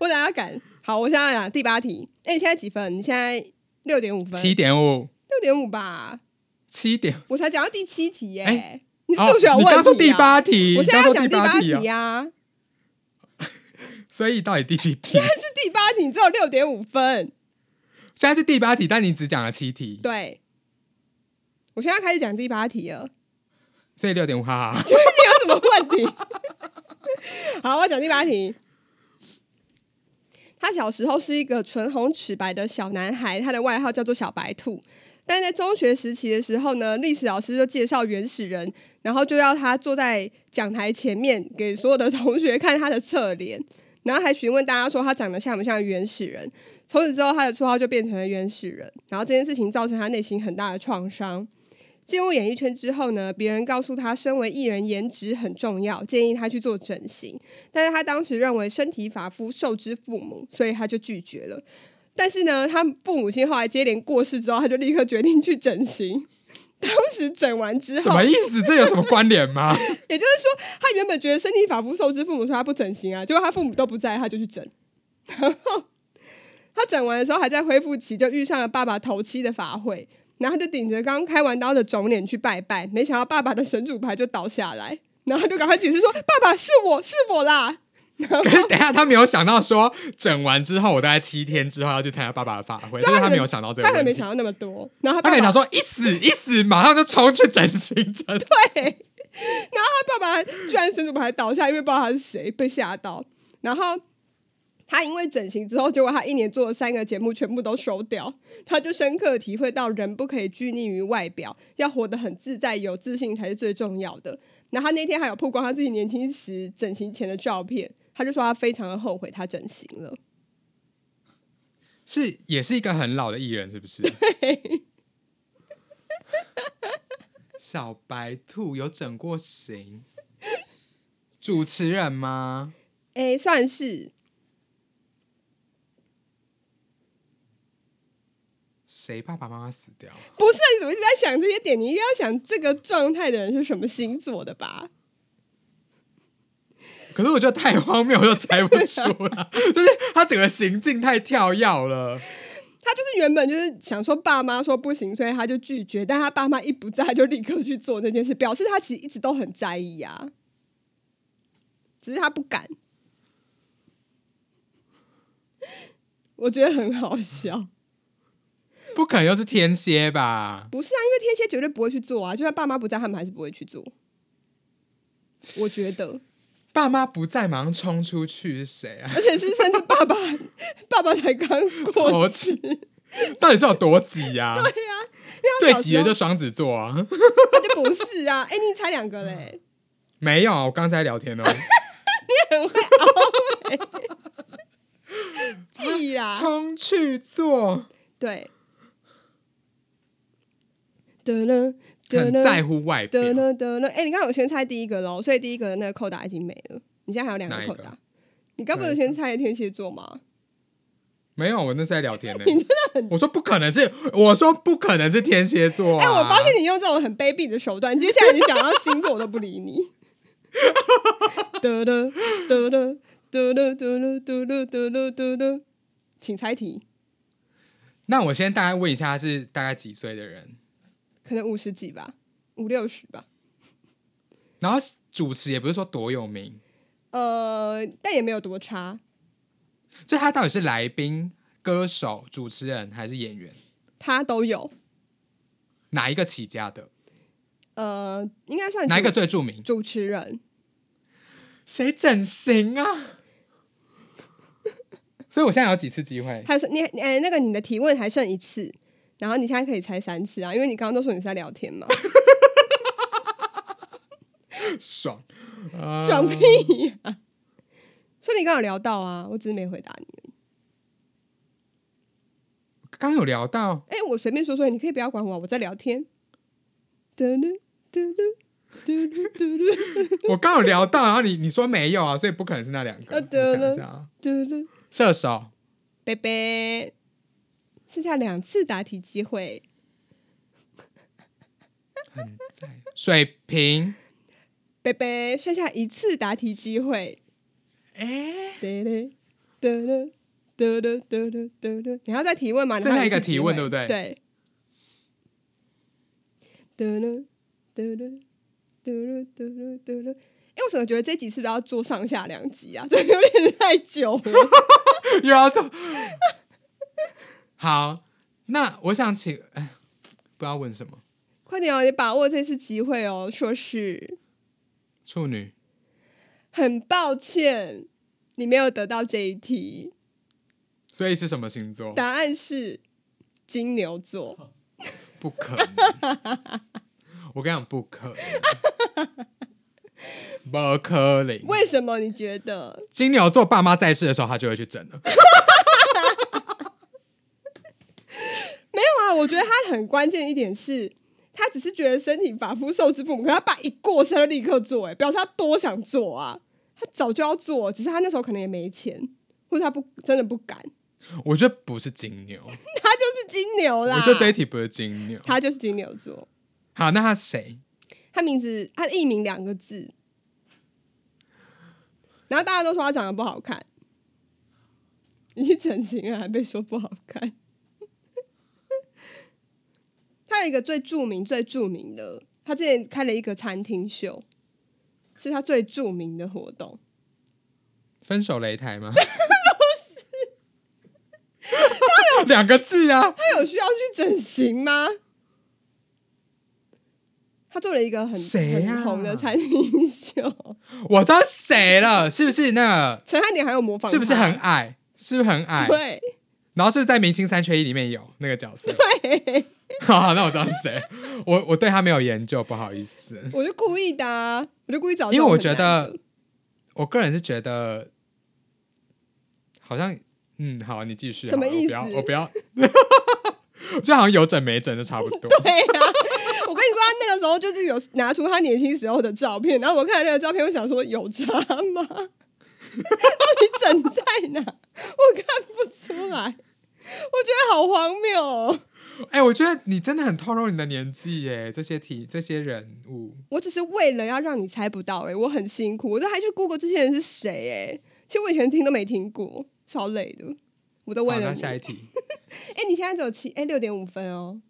[SPEAKER 2] 我等下要赶。好，我现在讲第八题。哎、你现在几分？你现在六点五分，
[SPEAKER 1] 七点五，
[SPEAKER 2] 六点五吧？
[SPEAKER 1] 七点。
[SPEAKER 2] 我才讲到第七题耶、
[SPEAKER 1] 哎
[SPEAKER 2] 你是数学有
[SPEAKER 1] 哦你
[SPEAKER 2] 问题、啊
[SPEAKER 1] 刚说第八题，
[SPEAKER 2] 我
[SPEAKER 1] 你
[SPEAKER 2] 现在
[SPEAKER 1] 刚
[SPEAKER 2] 要
[SPEAKER 1] 说
[SPEAKER 2] 讲
[SPEAKER 1] 第
[SPEAKER 2] 第八
[SPEAKER 1] 八题
[SPEAKER 2] 题
[SPEAKER 1] 啊，
[SPEAKER 2] 啊，
[SPEAKER 1] 所以到底第几 题？
[SPEAKER 2] 但是第八题你只有六点五分。
[SPEAKER 1] 现在是第八题，但你只讲了七题，
[SPEAKER 2] 对，我现在开始讲第八题了，
[SPEAKER 1] 所以六点五，哈 哈。
[SPEAKER 2] 请问你有什么问题？ 好，我讲第八题。他小时候是一个唇红齿白的小男孩，他的外号叫做小白兔。但在中学时期的时候呢，历史老师就介绍原始人，然后就要他坐在讲台前面给所有的同学看他的侧脸，然后还询问大家说他长得像不像原始人。从此之后，他的绰号就变成了原始人。然后这件事情造成他内心很大的创伤。进入演艺圈之后呢，别人告诉他，身为艺人颜值很重要，建议他去做整形。但是他当时认为身体发肤受之父母，所以他就拒绝了。但是呢，他父母亲后来接连过世之后，他就立刻决定去整形。当时整完之
[SPEAKER 1] 什
[SPEAKER 2] 后
[SPEAKER 1] 么，意思？这有什么关联 吗？
[SPEAKER 2] 也就是说，他原本觉得身体发肤受之父母，所以他不整形啊，结果他父母都不在，他就去整。然后他整完的时候还在恢复期，就遇上了爸爸头七的法会，然后他就顶着刚开完刀的肿脸去拜拜，没想到爸爸的神主牌就倒下来，然后他就赶快解释说：“爸爸是我是我啦。”
[SPEAKER 1] 可是等一下他没有想到说，整完之后我大概七天之后要去参加爸爸的法会，
[SPEAKER 2] 就
[SPEAKER 1] 但是
[SPEAKER 2] 他
[SPEAKER 1] 他
[SPEAKER 2] 可能
[SPEAKER 1] 没有想到这个
[SPEAKER 2] 他可能
[SPEAKER 1] 问
[SPEAKER 2] 没
[SPEAKER 1] 题。
[SPEAKER 2] 想到那么多，然后
[SPEAKER 1] 他
[SPEAKER 2] 他
[SPEAKER 1] 可
[SPEAKER 2] 爸
[SPEAKER 1] 能想
[SPEAKER 2] 爸
[SPEAKER 1] 说一死一死，马上就冲去整形整
[SPEAKER 2] 对，然后他爸爸居然神主牌倒下，因为不知道他是谁，被吓到。然后他因为整形之后，结果他一年做了三个节目，全部都收掉。他就深刻体会到，人不可以拘泥于外表，要活得很自在、有自信才是最重要的。然后他那天还有曝光他自己年轻时整形前的照片，他就说他非常的后悔他整形了。
[SPEAKER 1] 是也是一个很老的艺人，是不是？ 小白兔有整过型，主持人吗？
[SPEAKER 2] 诶，算是
[SPEAKER 1] 谁爸爸妈妈死掉？
[SPEAKER 2] 不是？你怎么一直在想这些点？你应该要想这个状态的人是什么星座的吧？
[SPEAKER 1] 可是我觉得 太荒谬，我又猜不出来，就是他整个行径太跳跃了。
[SPEAKER 2] 他就是原本就是想说爸妈说不行，所以他就拒绝。但他爸妈一不在，他就立刻去做那件事，表示他其实一直都很在意啊，只是他不敢。我觉得很好笑，
[SPEAKER 1] 不可能又是天蝎吧？
[SPEAKER 2] 不是啊，因为天蝎绝对不会去做啊，就算爸妈不在，他们还是不会去做。我觉得，
[SPEAKER 1] 爸妈不在，马上冲出去是谁啊？
[SPEAKER 2] 而且是甚至爸爸，爸爸才刚过
[SPEAKER 1] 我
[SPEAKER 2] 去，
[SPEAKER 1] 去，到底是有多挤呀、啊？
[SPEAKER 2] 因为
[SPEAKER 1] 最
[SPEAKER 2] 他小
[SPEAKER 1] 挤
[SPEAKER 2] 时候
[SPEAKER 1] 的就双子座啊！
[SPEAKER 2] 他就不是啊。哎、你才两个嘞，
[SPEAKER 1] 没有，我刚才聊天哦，
[SPEAKER 2] 很会熬欸屁啦！
[SPEAKER 1] 冲去做，
[SPEAKER 2] 对，得呢，得
[SPEAKER 1] 很
[SPEAKER 2] 呢，
[SPEAKER 1] 在乎外表
[SPEAKER 2] 得。呢，得呢。哎、你刚刚有先猜第一个喽，所以第一个的那个扣打已经没了，你现在还有两
[SPEAKER 1] 哪
[SPEAKER 2] 个
[SPEAKER 1] 一
[SPEAKER 2] 扣
[SPEAKER 1] 个
[SPEAKER 2] 打。你刚不
[SPEAKER 1] 哪
[SPEAKER 2] 是
[SPEAKER 1] 一
[SPEAKER 2] 先猜天蝎座吗？
[SPEAKER 1] 没有，我那是在聊 天呢、我说不可能是，我说不可能是天蝎座、啊。
[SPEAKER 2] 哎、我发现你用这种很卑鄙的手段，接下来你想要星座我都不理你。 得了，得了，得了，得了，得了，得了，得了，请猜题，
[SPEAKER 1] 那我先大概问一下，他是大概几岁的人？
[SPEAKER 2] 可能五十几吧，五六十吧。
[SPEAKER 1] 然后主持也不是说多有名，
[SPEAKER 2] 呃，但也没有多差，
[SPEAKER 1] 所以他到底是来宾、歌手、主持人还是演员？
[SPEAKER 2] 他都有。
[SPEAKER 1] 哪一个起家的？
[SPEAKER 2] 呃，应该算
[SPEAKER 1] 哪一
[SPEAKER 2] 主
[SPEAKER 1] 个最著名？
[SPEAKER 2] 主持人？
[SPEAKER 1] 谁整形 啊？所以我现在有几次机会？
[SPEAKER 2] 还有是你哎、那个你的提问还剩一次，然后你现在可以猜三次啊，因为你刚刚都说你是在聊 天嘛，
[SPEAKER 1] 爽，呃
[SPEAKER 2] 爽屁呀、 所以你刚刚有聊到啊，我只是没回答你而已。
[SPEAKER 1] 刚有聊到，
[SPEAKER 2] 哎、我随便说说，你可以不要管我，我在聊天。嘟噜嘟噜嘟噜嘟噜
[SPEAKER 1] 我刚有聊到，然后你你说没有啊，所以不可能是那两 个。
[SPEAKER 2] 啊对了
[SPEAKER 1] 我想一下啊，
[SPEAKER 2] 嘟噜，
[SPEAKER 1] 射手
[SPEAKER 2] 贝贝，剩下两次答题机会，
[SPEAKER 1] 很在水瓶，
[SPEAKER 2] 贝贝，剩下一次答题机会。
[SPEAKER 1] 哎、
[SPEAKER 2] 得嘞，得嘞，得嘞，得嘞，得嘞。你还要再提问吗？
[SPEAKER 1] 剩下
[SPEAKER 2] 你还有
[SPEAKER 1] 一个
[SPEAKER 2] 次
[SPEAKER 1] 提
[SPEAKER 2] 机
[SPEAKER 1] 问
[SPEAKER 2] 会
[SPEAKER 1] 对不对
[SPEAKER 2] 对。得嘞，得嘞，得嘞，得嘞，得嘞。哎，我怎么觉得这集是不是要做上下两集啊？ 这有点太久了。
[SPEAKER 1] 又要走。好，那我想请，哎，不知道问什么，
[SPEAKER 2] 快点哦，你把握这次机会哦。说是
[SPEAKER 1] 处女
[SPEAKER 2] 很抱歉，你没有得到这一题，
[SPEAKER 1] 所以是什么星座？
[SPEAKER 2] 答案是金牛座。
[SPEAKER 1] 不可 能！我跟你讲，不可能，不可能。
[SPEAKER 2] 为什么你觉得？
[SPEAKER 1] 金牛座爸妈在世的时候，他就会去整了。
[SPEAKER 2] 没有啊，我觉得他很关键一点是，他只是觉得身体发肤受之父母，可他爸一过生就立刻做、欸，表示他多想做啊，他早就要做，只是他那时候可能也没钱，或者他不真的不敢，
[SPEAKER 1] 我觉得不是金牛，
[SPEAKER 2] 他就是金牛啦，
[SPEAKER 1] 我觉得这一题不是金牛。
[SPEAKER 2] 他就是金牛座，
[SPEAKER 1] 好，那他是谁？
[SPEAKER 2] 他名字他的艺名两个字，然后大家都说他长得不好看，已经整形啊了还被说不好看。他有一个最著名、最著名的，他之前开了一个餐厅秀，是他最著名的活动。
[SPEAKER 1] 分手擂台吗？ 两个字啊，
[SPEAKER 2] 他有需要去整形吗？他做了一个很、
[SPEAKER 1] 谁啊呀
[SPEAKER 2] 很红的餐厅秀，
[SPEAKER 1] 我知道谁了，是不是那
[SPEAKER 2] 陈汉典还有模
[SPEAKER 1] 个？
[SPEAKER 2] 仿他，
[SPEAKER 1] 是不是很矮？是不是很矮？
[SPEAKER 2] 对？
[SPEAKER 1] 然后是不是在《明星三缺一》里面有那个角色？
[SPEAKER 2] 对，
[SPEAKER 1] 好好，那我知道是谁。我我对他没有研究，不好意 思。
[SPEAKER 2] 我就故意的、啊，我就故意找这
[SPEAKER 1] 因为
[SPEAKER 2] 种
[SPEAKER 1] 我
[SPEAKER 2] 很
[SPEAKER 1] 觉
[SPEAKER 2] 难的，
[SPEAKER 1] 得，我个人是觉得，好像，嗯，好，你继续好
[SPEAKER 2] 什么
[SPEAKER 1] 了。
[SPEAKER 2] 意思
[SPEAKER 1] 我不要， 我不要，就好像有整没整就差不多。
[SPEAKER 2] 对啊，我跟你说，他那个时候就是有拿出他年轻时候的照片，然后我看了那个照片，我想说有差吗？到底整在哪？我看不出来，我觉得好荒谬、哦。
[SPEAKER 1] 哎、我觉得你真的很透露你的年纪耶，这些题，这些人物，
[SPEAKER 2] 我只是为了要让你猜不到、欸，我很辛苦，我都还去 Google 这些人是谁、欸，其实我以前听都没听过，超累的。我都为
[SPEAKER 1] 好，
[SPEAKER 2] 了
[SPEAKER 1] 那
[SPEAKER 2] 你。
[SPEAKER 1] 下一题
[SPEAKER 2] 哎、你现在只有七哎六点五分哦。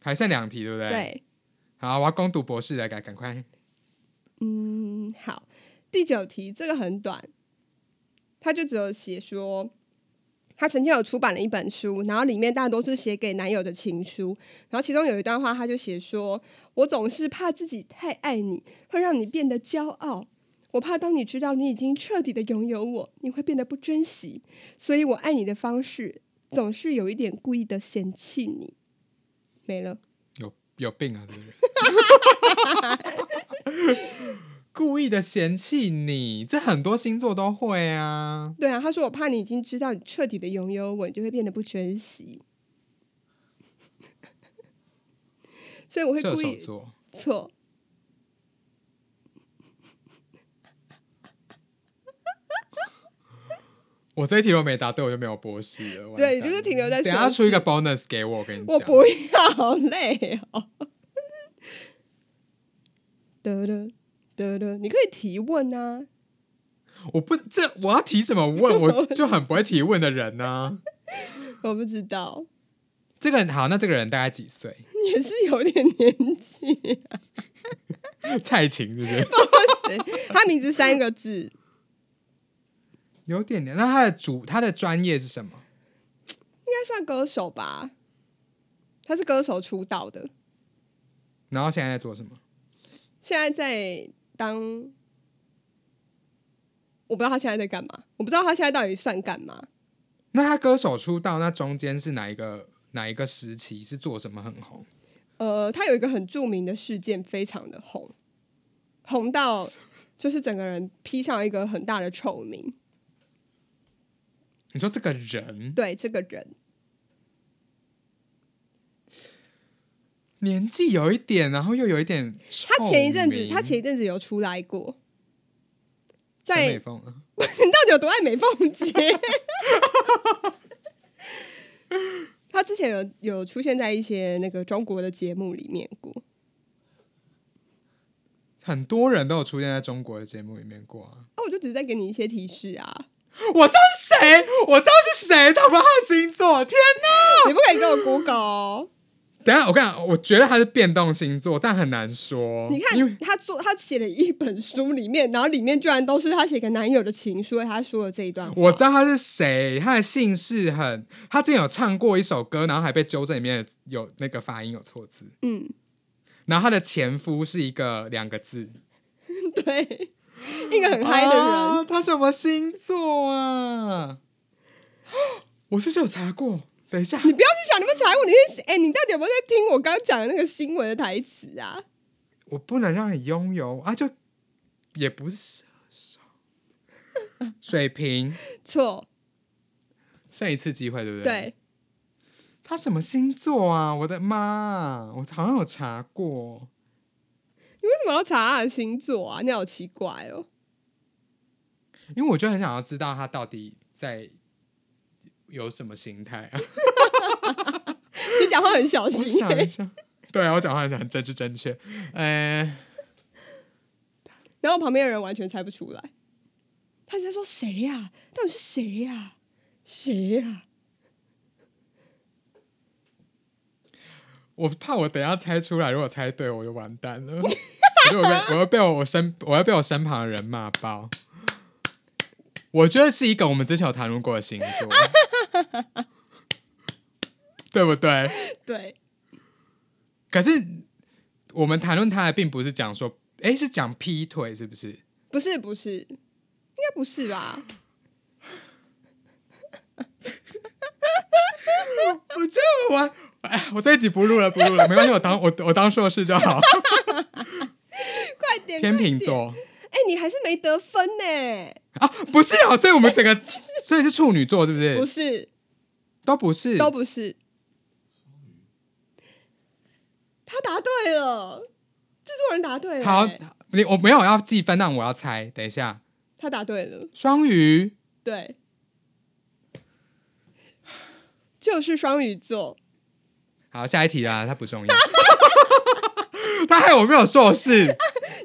[SPEAKER 1] 还剩两题，对不对？。
[SPEAKER 2] 对，
[SPEAKER 1] 好，我要攻读博士了，赶赶快。
[SPEAKER 2] 嗯，好，第九题这个很短，他就只有写说，他曾经有出版了一本书，然后里面大多是写给男友的情书，然后其中有一段话，他就写说：“我总是怕自己太爱你，会让你变得骄傲。”我怕当你知道你已经彻底的拥有我，你会变得不珍惜，所以我爱你的方式总是有一点故意的嫌弃你。没了，
[SPEAKER 1] 有有病啊！这个人， 故意的嫌弃你，这很多星座都会啊。
[SPEAKER 2] 对啊，他说我怕你已经知道你彻底的拥有我，你就会变得不珍惜。所以我会
[SPEAKER 1] 射
[SPEAKER 2] 故
[SPEAKER 1] 手
[SPEAKER 2] 意
[SPEAKER 1] 座，
[SPEAKER 2] 错。
[SPEAKER 1] 我这一题我没答对，我就没有博士了。完
[SPEAKER 2] 对
[SPEAKER 1] 蛋
[SPEAKER 2] 就是停留在
[SPEAKER 1] 了等一
[SPEAKER 2] 硕
[SPEAKER 1] 下
[SPEAKER 2] 士
[SPEAKER 1] 出一个 bonus 给我，我跟你
[SPEAKER 2] 我
[SPEAKER 1] 讲。
[SPEAKER 2] 不要，好累哦。得了，得了，你可以提问啊。
[SPEAKER 1] 我不这我要提什么 问？我就很不会提问的人呢、
[SPEAKER 2] 我不知道，
[SPEAKER 1] 这个人好，那这个人大概几岁？
[SPEAKER 2] 你也是有点年纪、
[SPEAKER 1] 蔡琴是不是？
[SPEAKER 2] 不行，他名字三个字，
[SPEAKER 1] 有点年。那他的主他的专业是什么？
[SPEAKER 2] 应该算歌手吧？他是歌手出道的，
[SPEAKER 1] 然后现在在做什么？
[SPEAKER 2] 现在在当，我不知道他现在在干嘛，我不知道他现在到底算干嘛。
[SPEAKER 1] 那他歌手出道，那中间是哪一个哪一个时期是做什么很红？
[SPEAKER 2] 呃，他有一个很著名的事件，非常的红，红到就是整个人披上一个很大的臭名。
[SPEAKER 1] 你说这个人
[SPEAKER 2] 对这个人，
[SPEAKER 1] 年纪有一点，然后又有一点臭
[SPEAKER 2] 他前一阵子，
[SPEAKER 1] 名
[SPEAKER 2] 他前一阵子有出来过，
[SPEAKER 1] 陈
[SPEAKER 2] 在
[SPEAKER 1] 美凤啊
[SPEAKER 2] 你到底有多爱美凤姐？ 他之前有有出现在一些那个中国的节目里面过，
[SPEAKER 1] 很多人都有出现在中国的节目里面过啊。
[SPEAKER 2] 哦，我就只是在给你一些提示啊，
[SPEAKER 1] 我知道是谁，我知道是谁，他不知道他的星座。天
[SPEAKER 2] 你不可以给我 Google 哦、
[SPEAKER 1] 哪！等一下我跟你讲，我觉得他是变动星座，但很难说。
[SPEAKER 2] 你
[SPEAKER 1] 哦因为
[SPEAKER 2] 看他做他写了一本书，里面然后里面居然都是他写给男友的情书，他说的这一段话。
[SPEAKER 1] 我知道他是谁，他的姓氏很，他之前有唱过一首歌，然后还被纠正里面的有那个发音有错字。
[SPEAKER 2] 嗯，
[SPEAKER 1] 然后他的前夫是一个两个字，
[SPEAKER 2] 对，一个很嗨的人，
[SPEAKER 1] 啊他什么星座啊？我是不是有查过？等一下，
[SPEAKER 2] 你不要去想你们查我，你是哎、你到底有没有在听我刚刚讲的那个新闻的台词啊？
[SPEAKER 1] 我不能让你拥有啊，就也不是射手水平，
[SPEAKER 2] 错，
[SPEAKER 1] 剩一次机会，对不对？。
[SPEAKER 2] 对，
[SPEAKER 1] 他什么星座啊？我的妈！我好像有查过，
[SPEAKER 2] 你为什么要查他的星座啊？你好奇怪哦。
[SPEAKER 1] 因为我就很想要知道他到底在有什么心态啊。
[SPEAKER 2] 你讲话很小
[SPEAKER 1] 我
[SPEAKER 2] 心、
[SPEAKER 1] 想一下，对啊，我讲话很想政治正确。呃，
[SPEAKER 2] 然后旁边的人完全猜不出来，他一直在说谁呀、到底是谁呀、谁啊呀、
[SPEAKER 1] 我怕我等一下猜出来，如果猜对我就完蛋了，我就被我要被我身我要被我身旁的人骂爆。我觉得是一个我们之前有谈论过的星座，对不对？
[SPEAKER 2] 对，
[SPEAKER 1] 可是我们谈论他的，并不是讲说，哎，是讲劈腿，是不是？
[SPEAKER 2] 不是不是，应该不是吧？
[SPEAKER 1] 我这么玩，哎，我这一集不录了，不录了，没关系，我当 我我当硕士就 好。
[SPEAKER 2] 快点，
[SPEAKER 1] 天秤
[SPEAKER 2] 快点！
[SPEAKER 1] 座
[SPEAKER 2] 哎、你还是没得分呢、
[SPEAKER 1] 啊，不是哦，所以我们整个， 所以是处女座，是不是？
[SPEAKER 2] 不是，
[SPEAKER 1] 都不是，
[SPEAKER 2] 都不是。他答对了，制作人答对了、哎
[SPEAKER 1] 好，你我没有要计分，但我要猜。等一下，
[SPEAKER 2] 他答对了，
[SPEAKER 1] 双鱼，
[SPEAKER 2] 对，就是双鱼座。
[SPEAKER 1] 好，下一题啦，它不重要。 他还有没有硕士？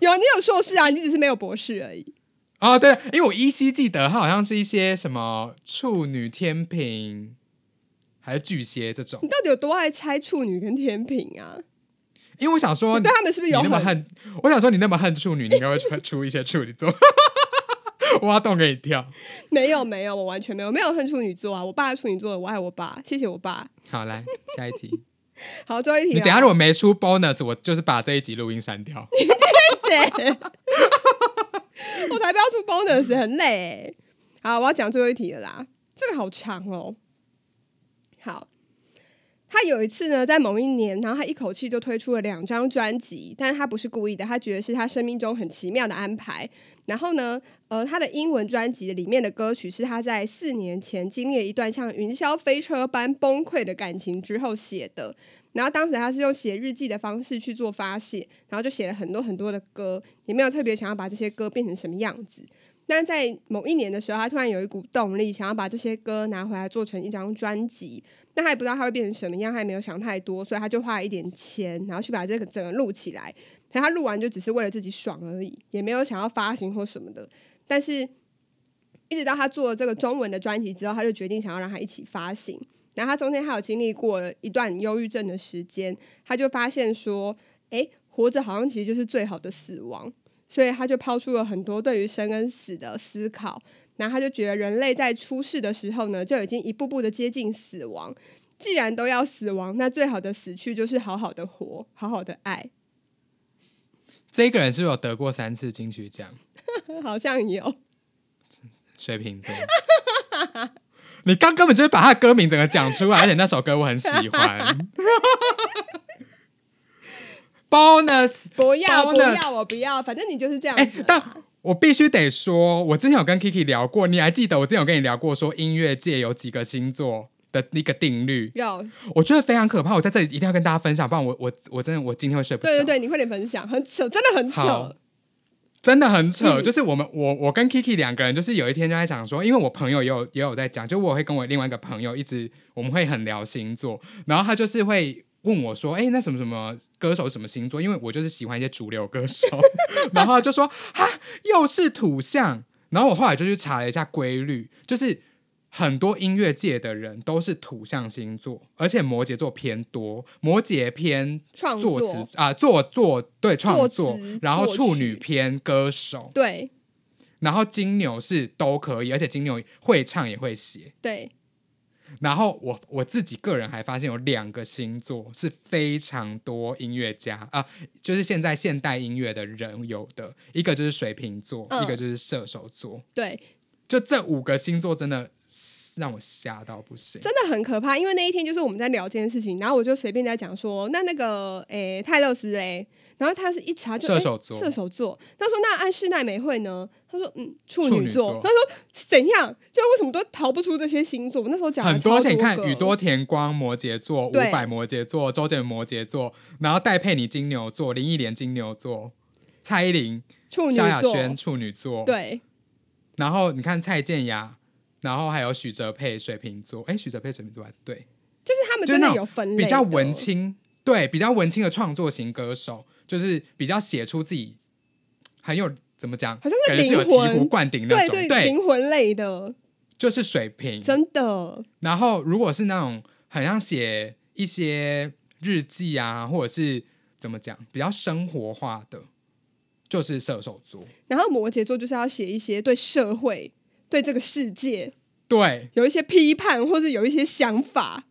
[SPEAKER 2] 有，你有硕士啊，你只是没有博士而已。
[SPEAKER 1] 哦，对，因为我依稀记得他好像是一些什么处女、天平还是巨蟹这种
[SPEAKER 2] 你，到底有多爱猜处女跟天平啊？
[SPEAKER 1] 因为我想说
[SPEAKER 2] 你 对他们是不是
[SPEAKER 1] 你
[SPEAKER 2] 有
[SPEAKER 1] 那么
[SPEAKER 2] 很？
[SPEAKER 1] 恨，我想说你那么恨处女，你应该会出出一些处女座， 挖洞给你跳。
[SPEAKER 2] 没有没有，我完全没有没有恨处女座啊！我爸是处女座的，我爱我爸，谢谢我爸。
[SPEAKER 1] 好，来下一题。
[SPEAKER 2] 好，最后一题啊
[SPEAKER 1] 你
[SPEAKER 2] 了，
[SPEAKER 1] 等一下如果没出 bonus，我就是把这一集录音删掉。
[SPEAKER 2] 我才不要出 bonus，很累欸。好，我要讲最后一题了啦，这个好长哦。好，他有一次呢，在某一年，然后他一口气就推出了两张专辑，但是他不是故意的，他觉得是他生命中很奇妙的安排。然后呢，呃，他的英文专辑里面的歌曲是他在四年前经历了一段像云霄飞车般崩溃的感情之后写的。然后当时他是用写日记的方式去做发泄，然后就写了很多很多的歌，也没有特别想要把这些歌变成什么样子。但在某一年的时候，他突然有一股动力，想要把这些歌拿回来做成一张专辑。但他也不知道他会变成什么样，他也没有想太多，所以他就花了一点钱，然后去把这个整个录起来。可他录完就只是为了自己爽而已，也没有想要发行或什么的。但是，一直到他做了这个中文的专辑之后，他就决定想要让它一起发行。然后他中间还有经历过一段忧郁症的时间，他就发现说，诶，活着好像其实就是最好的死亡。所以他就抛出了很多对于生跟死的思考，然后他就觉得人类在出世的时候呢，就已经一步步的接近死亡。既然都要死亡，那最好的死去就是好好的活，好好的爱。
[SPEAKER 1] 这个人是不是有得过三次金曲奖？
[SPEAKER 2] 好像有，
[SPEAKER 1] 水瓶座。 你刚根本就是把他的歌名整个讲出来，而且那首歌我很喜欢。bonus，
[SPEAKER 2] 不要不
[SPEAKER 1] Bonus
[SPEAKER 2] 要，我不要，反正你就是这样
[SPEAKER 1] 哎、
[SPEAKER 2] 子啊啦、
[SPEAKER 1] 但我必须得说，我之前有跟 Kiki 聊过，你还记得我之前有跟你聊过，说音乐界有几个星座的一个定律，
[SPEAKER 2] 有，
[SPEAKER 1] 我觉得非常可怕。我在这里一定要跟大家分享，不然我我我真的我今天会睡不着。
[SPEAKER 2] 对对对，你快点分享，很扯，真的很
[SPEAKER 1] 好
[SPEAKER 2] 扯，
[SPEAKER 1] 真的很扯，
[SPEAKER 2] 嗯
[SPEAKER 1] 就是我们我我跟 Kiki 两个人，就是有一天就在讲说，因为我朋友也有也有在讲，就我会跟我另外一个朋友一直我们会很聊星座，然后他就是会问我说，哎、那什么什么歌手是什么星座？因为我就是喜欢一些主流歌手， 然后他就说哈，又是土象。然后我后来就去查了一下规律，就是很多音乐界的人都是土象星座，而且摩羯座偏多，摩羯偏
[SPEAKER 2] 创
[SPEAKER 1] 作词
[SPEAKER 2] 作，
[SPEAKER 1] 啊、作作对创作
[SPEAKER 2] 词，
[SPEAKER 1] 然后
[SPEAKER 2] 作
[SPEAKER 1] 处女
[SPEAKER 2] 曲
[SPEAKER 1] 偏歌手，
[SPEAKER 2] 对
[SPEAKER 1] 然后金牛是都可以，而且金牛会唱也会写。
[SPEAKER 2] 对，
[SPEAKER 1] 然后我我自己个人还发现有两个星座是非常多音乐家啊、就是现在现代音乐的人有的，一个就是水瓶座，
[SPEAKER 2] 嗯
[SPEAKER 1] 一个就是射手座，
[SPEAKER 2] 对，
[SPEAKER 1] 就这五个星座真的是让我吓到不行。
[SPEAKER 2] 真的很可怕，因为那一天就是我们在聊这件事情，然后我就随便在讲说，那那个诶、泰勒斯嘞，然后他是一查就
[SPEAKER 1] 射
[SPEAKER 2] 诶
[SPEAKER 1] 手座
[SPEAKER 2] 射手座，他说那安室奈美惠呢？他说嗯，处
[SPEAKER 1] 处
[SPEAKER 2] 女
[SPEAKER 1] 女
[SPEAKER 2] 座
[SPEAKER 1] 座。
[SPEAKER 2] 他说怎样？就为什么都逃不出这些星座？我那时候讲了
[SPEAKER 1] 很多，
[SPEAKER 2] 超
[SPEAKER 1] 而且你看，
[SPEAKER 2] 个
[SPEAKER 1] 宇多田光摩羯座，伍
[SPEAKER 2] 对
[SPEAKER 1] 佰摩羯座，周杰伦摩羯座，然后戴佩妮金牛座，林忆莲金牛座，蔡依林、
[SPEAKER 2] 处女
[SPEAKER 1] 萧亚
[SPEAKER 2] 座，
[SPEAKER 1] 轩处女座，，
[SPEAKER 2] 对，
[SPEAKER 1] 然后你看蔡健雅，然后还有许哲佩水瓶座，哎，许哲佩水瓶座吧对，
[SPEAKER 2] 就是他们
[SPEAKER 1] 就是
[SPEAKER 2] 真
[SPEAKER 1] 那
[SPEAKER 2] 的
[SPEAKER 1] 种
[SPEAKER 2] 有分类的，
[SPEAKER 1] 比较文青，对，比较文青的创作型歌手，就是比较写出自己很有怎么讲，
[SPEAKER 2] 好像是
[SPEAKER 1] 感觉是有
[SPEAKER 2] 灵
[SPEAKER 1] 醍醐
[SPEAKER 2] 魂，
[SPEAKER 1] 灌顶那
[SPEAKER 2] 对
[SPEAKER 1] 种，
[SPEAKER 2] 对，灵魂类的，
[SPEAKER 1] 就是水瓶，
[SPEAKER 2] 真的
[SPEAKER 1] 然后如果是那种很像写一些日记啊，或者是怎么讲比较生活化的，就是射手座。
[SPEAKER 2] 然后摩羯座就是要写一些对社会、对这个世界
[SPEAKER 1] 对
[SPEAKER 2] 有一些批判，或者有一些想法，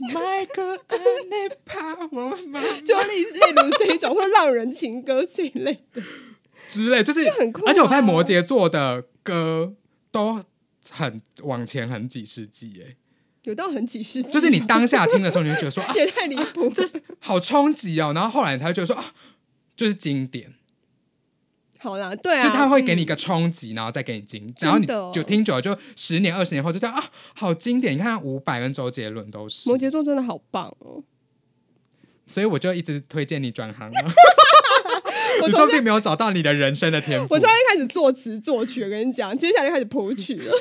[SPEAKER 1] ，Michael and the Power
[SPEAKER 2] 就例例如这一种，或浪人情歌这一类的，
[SPEAKER 1] 之类，就是
[SPEAKER 2] 很酷啊
[SPEAKER 1] 而且我发现摩羯座的歌都很往前很几世纪耶，
[SPEAKER 2] 有到很几世纪，
[SPEAKER 1] 就是你当下听的时候，你就觉得说啊，
[SPEAKER 2] 也太离 谱。
[SPEAKER 1] 这是好冲击哦，然后后来你才会觉得说啊，就是经典。
[SPEAKER 2] 好啦，对啊，
[SPEAKER 1] 就他会给
[SPEAKER 2] 嗯
[SPEAKER 1] 你一个冲击，然后再给你惊，
[SPEAKER 2] 真的哦
[SPEAKER 1] 然后你就听久了，就十年、二十年后就这样啊，好经典。你看伍佰跟周杰伦都是
[SPEAKER 2] 摩，羯座真的好棒哦！
[SPEAKER 1] 所以我就一直推荐你转行了。
[SPEAKER 2] 我
[SPEAKER 1] 你
[SPEAKER 2] 从
[SPEAKER 1] 说
[SPEAKER 2] 这
[SPEAKER 1] 并没有找到你的人生的天赋
[SPEAKER 2] 我，从一开始作词作曲，我跟你讲，接下来就开始谱曲 了。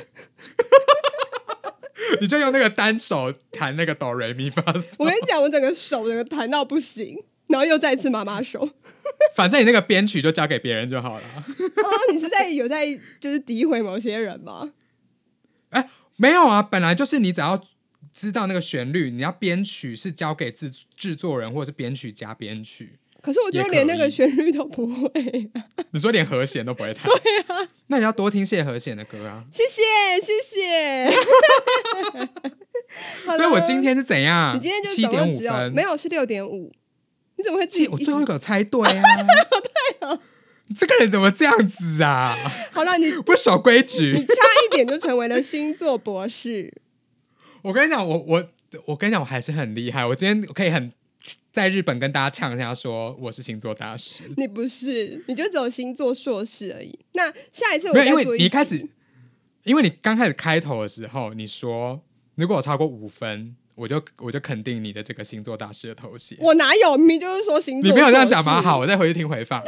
[SPEAKER 1] 你就用那个单手弹那个哆瑞咪发嗦。
[SPEAKER 2] 我跟你讲，我整个手整个弹到不行，然后又再一次妈妈手，哦
[SPEAKER 1] 反正你那个编曲就交给别人就好了。
[SPEAKER 2] 哦，你是在有在就是诋毁某些人吗？
[SPEAKER 1] 没有啊，本来就是你只要知道那个旋律，你要编曲是交给制制作人或者是编曲加编曲。
[SPEAKER 2] 可是我觉得
[SPEAKER 1] 也可
[SPEAKER 2] 连那个
[SPEAKER 1] 以
[SPEAKER 2] 旋律都不会。
[SPEAKER 1] 你说连和弦都不会弹，对啊，那你要多听谢和弦的歌啊。
[SPEAKER 2] 谢谢，谢 谢。好
[SPEAKER 1] 所以我
[SPEAKER 2] 了
[SPEAKER 1] 今天是怎样？
[SPEAKER 2] 你今天就
[SPEAKER 1] 啊七
[SPEAKER 2] 总
[SPEAKER 1] 点
[SPEAKER 2] 共
[SPEAKER 1] 五
[SPEAKER 2] 只有
[SPEAKER 1] 分，
[SPEAKER 2] 没有是六点五，你怎么会自己
[SPEAKER 1] 七，我最后一个猜对 啊，对啊，这个人怎么这样子啊？
[SPEAKER 2] 好了，你
[SPEAKER 1] 不守规
[SPEAKER 2] 你
[SPEAKER 1] 矩。
[SPEAKER 2] 差一点就成为了星座博士。
[SPEAKER 1] 我跟你讲，我我我跟你讲，我还是很厉害。我今天可以很在日本跟大家呛一下，说我是星座大师。
[SPEAKER 2] 你不是，你就只有星座硕士而已。那下一次我
[SPEAKER 1] 没有，
[SPEAKER 2] 再
[SPEAKER 1] 因为
[SPEAKER 2] 做
[SPEAKER 1] 你一
[SPEAKER 2] 集
[SPEAKER 1] 开始，因为你刚开始开头的时候，你说如果我超过五分，我就我就肯定你的这个星座大师的头衔。
[SPEAKER 2] 我哪有？明明就是说星座，
[SPEAKER 1] 你没有这样讲吗？好，，我再回去听回放。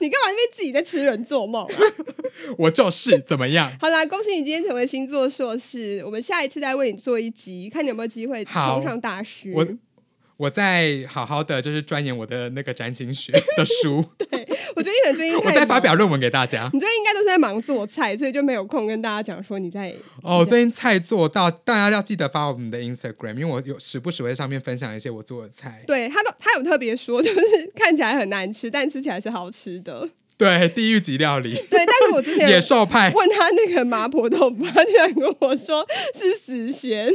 [SPEAKER 2] 你干嘛那边自己在痴人 做梦、啊？
[SPEAKER 1] 我就是怎么样？
[SPEAKER 2] 好啦，恭喜你今天成为星座硕士。我们下一次再为你做一集，看你有没有机会
[SPEAKER 1] 好
[SPEAKER 2] 冲上大师。
[SPEAKER 1] 我我再好好的就是钻研我的那个占星学的书，
[SPEAKER 2] 我觉得你可能最近
[SPEAKER 1] 我
[SPEAKER 2] 太
[SPEAKER 1] 再发
[SPEAKER 2] 忙
[SPEAKER 1] 表论文给大 家。
[SPEAKER 2] 你最近应该都是在忙做菜，所以就没有空跟大家讲说你在
[SPEAKER 1] 哦，最近菜做到，大家要记得发我们的 Instagram，因为我有时不时会在上面分享一些我做的菜。
[SPEAKER 2] 对他都他有特别说，就是看起来很难吃，但吃起来是好吃的。
[SPEAKER 1] 对，地狱级料理，
[SPEAKER 2] 对，但是我之前
[SPEAKER 1] 野兽派，
[SPEAKER 2] 问他那个麻婆豆腐，他居然跟我说是死咸，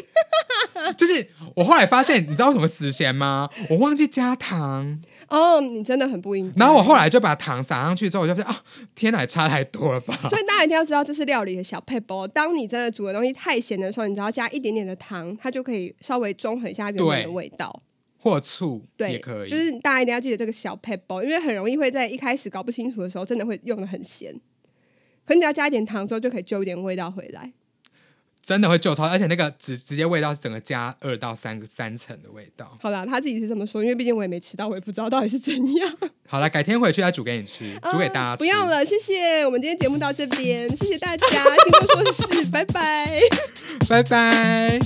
[SPEAKER 1] 就是我后来发现，你知道为什么死咸吗？我忘记加糖，
[SPEAKER 2] 哦，你真的很不应该。
[SPEAKER 1] 然后我后来就把糖撒上去之后，我就发现啊，天哪，也差太多了吧？
[SPEAKER 2] 所以大家一定要知道，这是料理的小配包。当你真的煮的东西太咸的时候，你只要加一点点的糖，它就可以稍微中和一下原本
[SPEAKER 1] 对
[SPEAKER 2] 的味道。
[SPEAKER 1] 或醋
[SPEAKER 2] 对，
[SPEAKER 1] 也可以，
[SPEAKER 2] 就是大家一定要记得这个小 p e b l 因为很容易会在一开始搞不清楚的时候，真的会用的很咸。可你只要加一点糖之后，就可以揪一点味道回来。
[SPEAKER 1] 真的会旧超，而且那个直直接味道是整个加二到三个三层的味道。
[SPEAKER 2] 好啦，他自己是这么说，因为毕竟我也没吃到，我也不知道到底是怎样。
[SPEAKER 1] 好了，改天回去再煮给你吃， 煮给大家
[SPEAKER 2] 啊
[SPEAKER 1] 吃。
[SPEAKER 2] 不用，了，谢谢。我们今天节目到这边，谢谢大家，听说说是，拜拜。
[SPEAKER 1] 拜拜。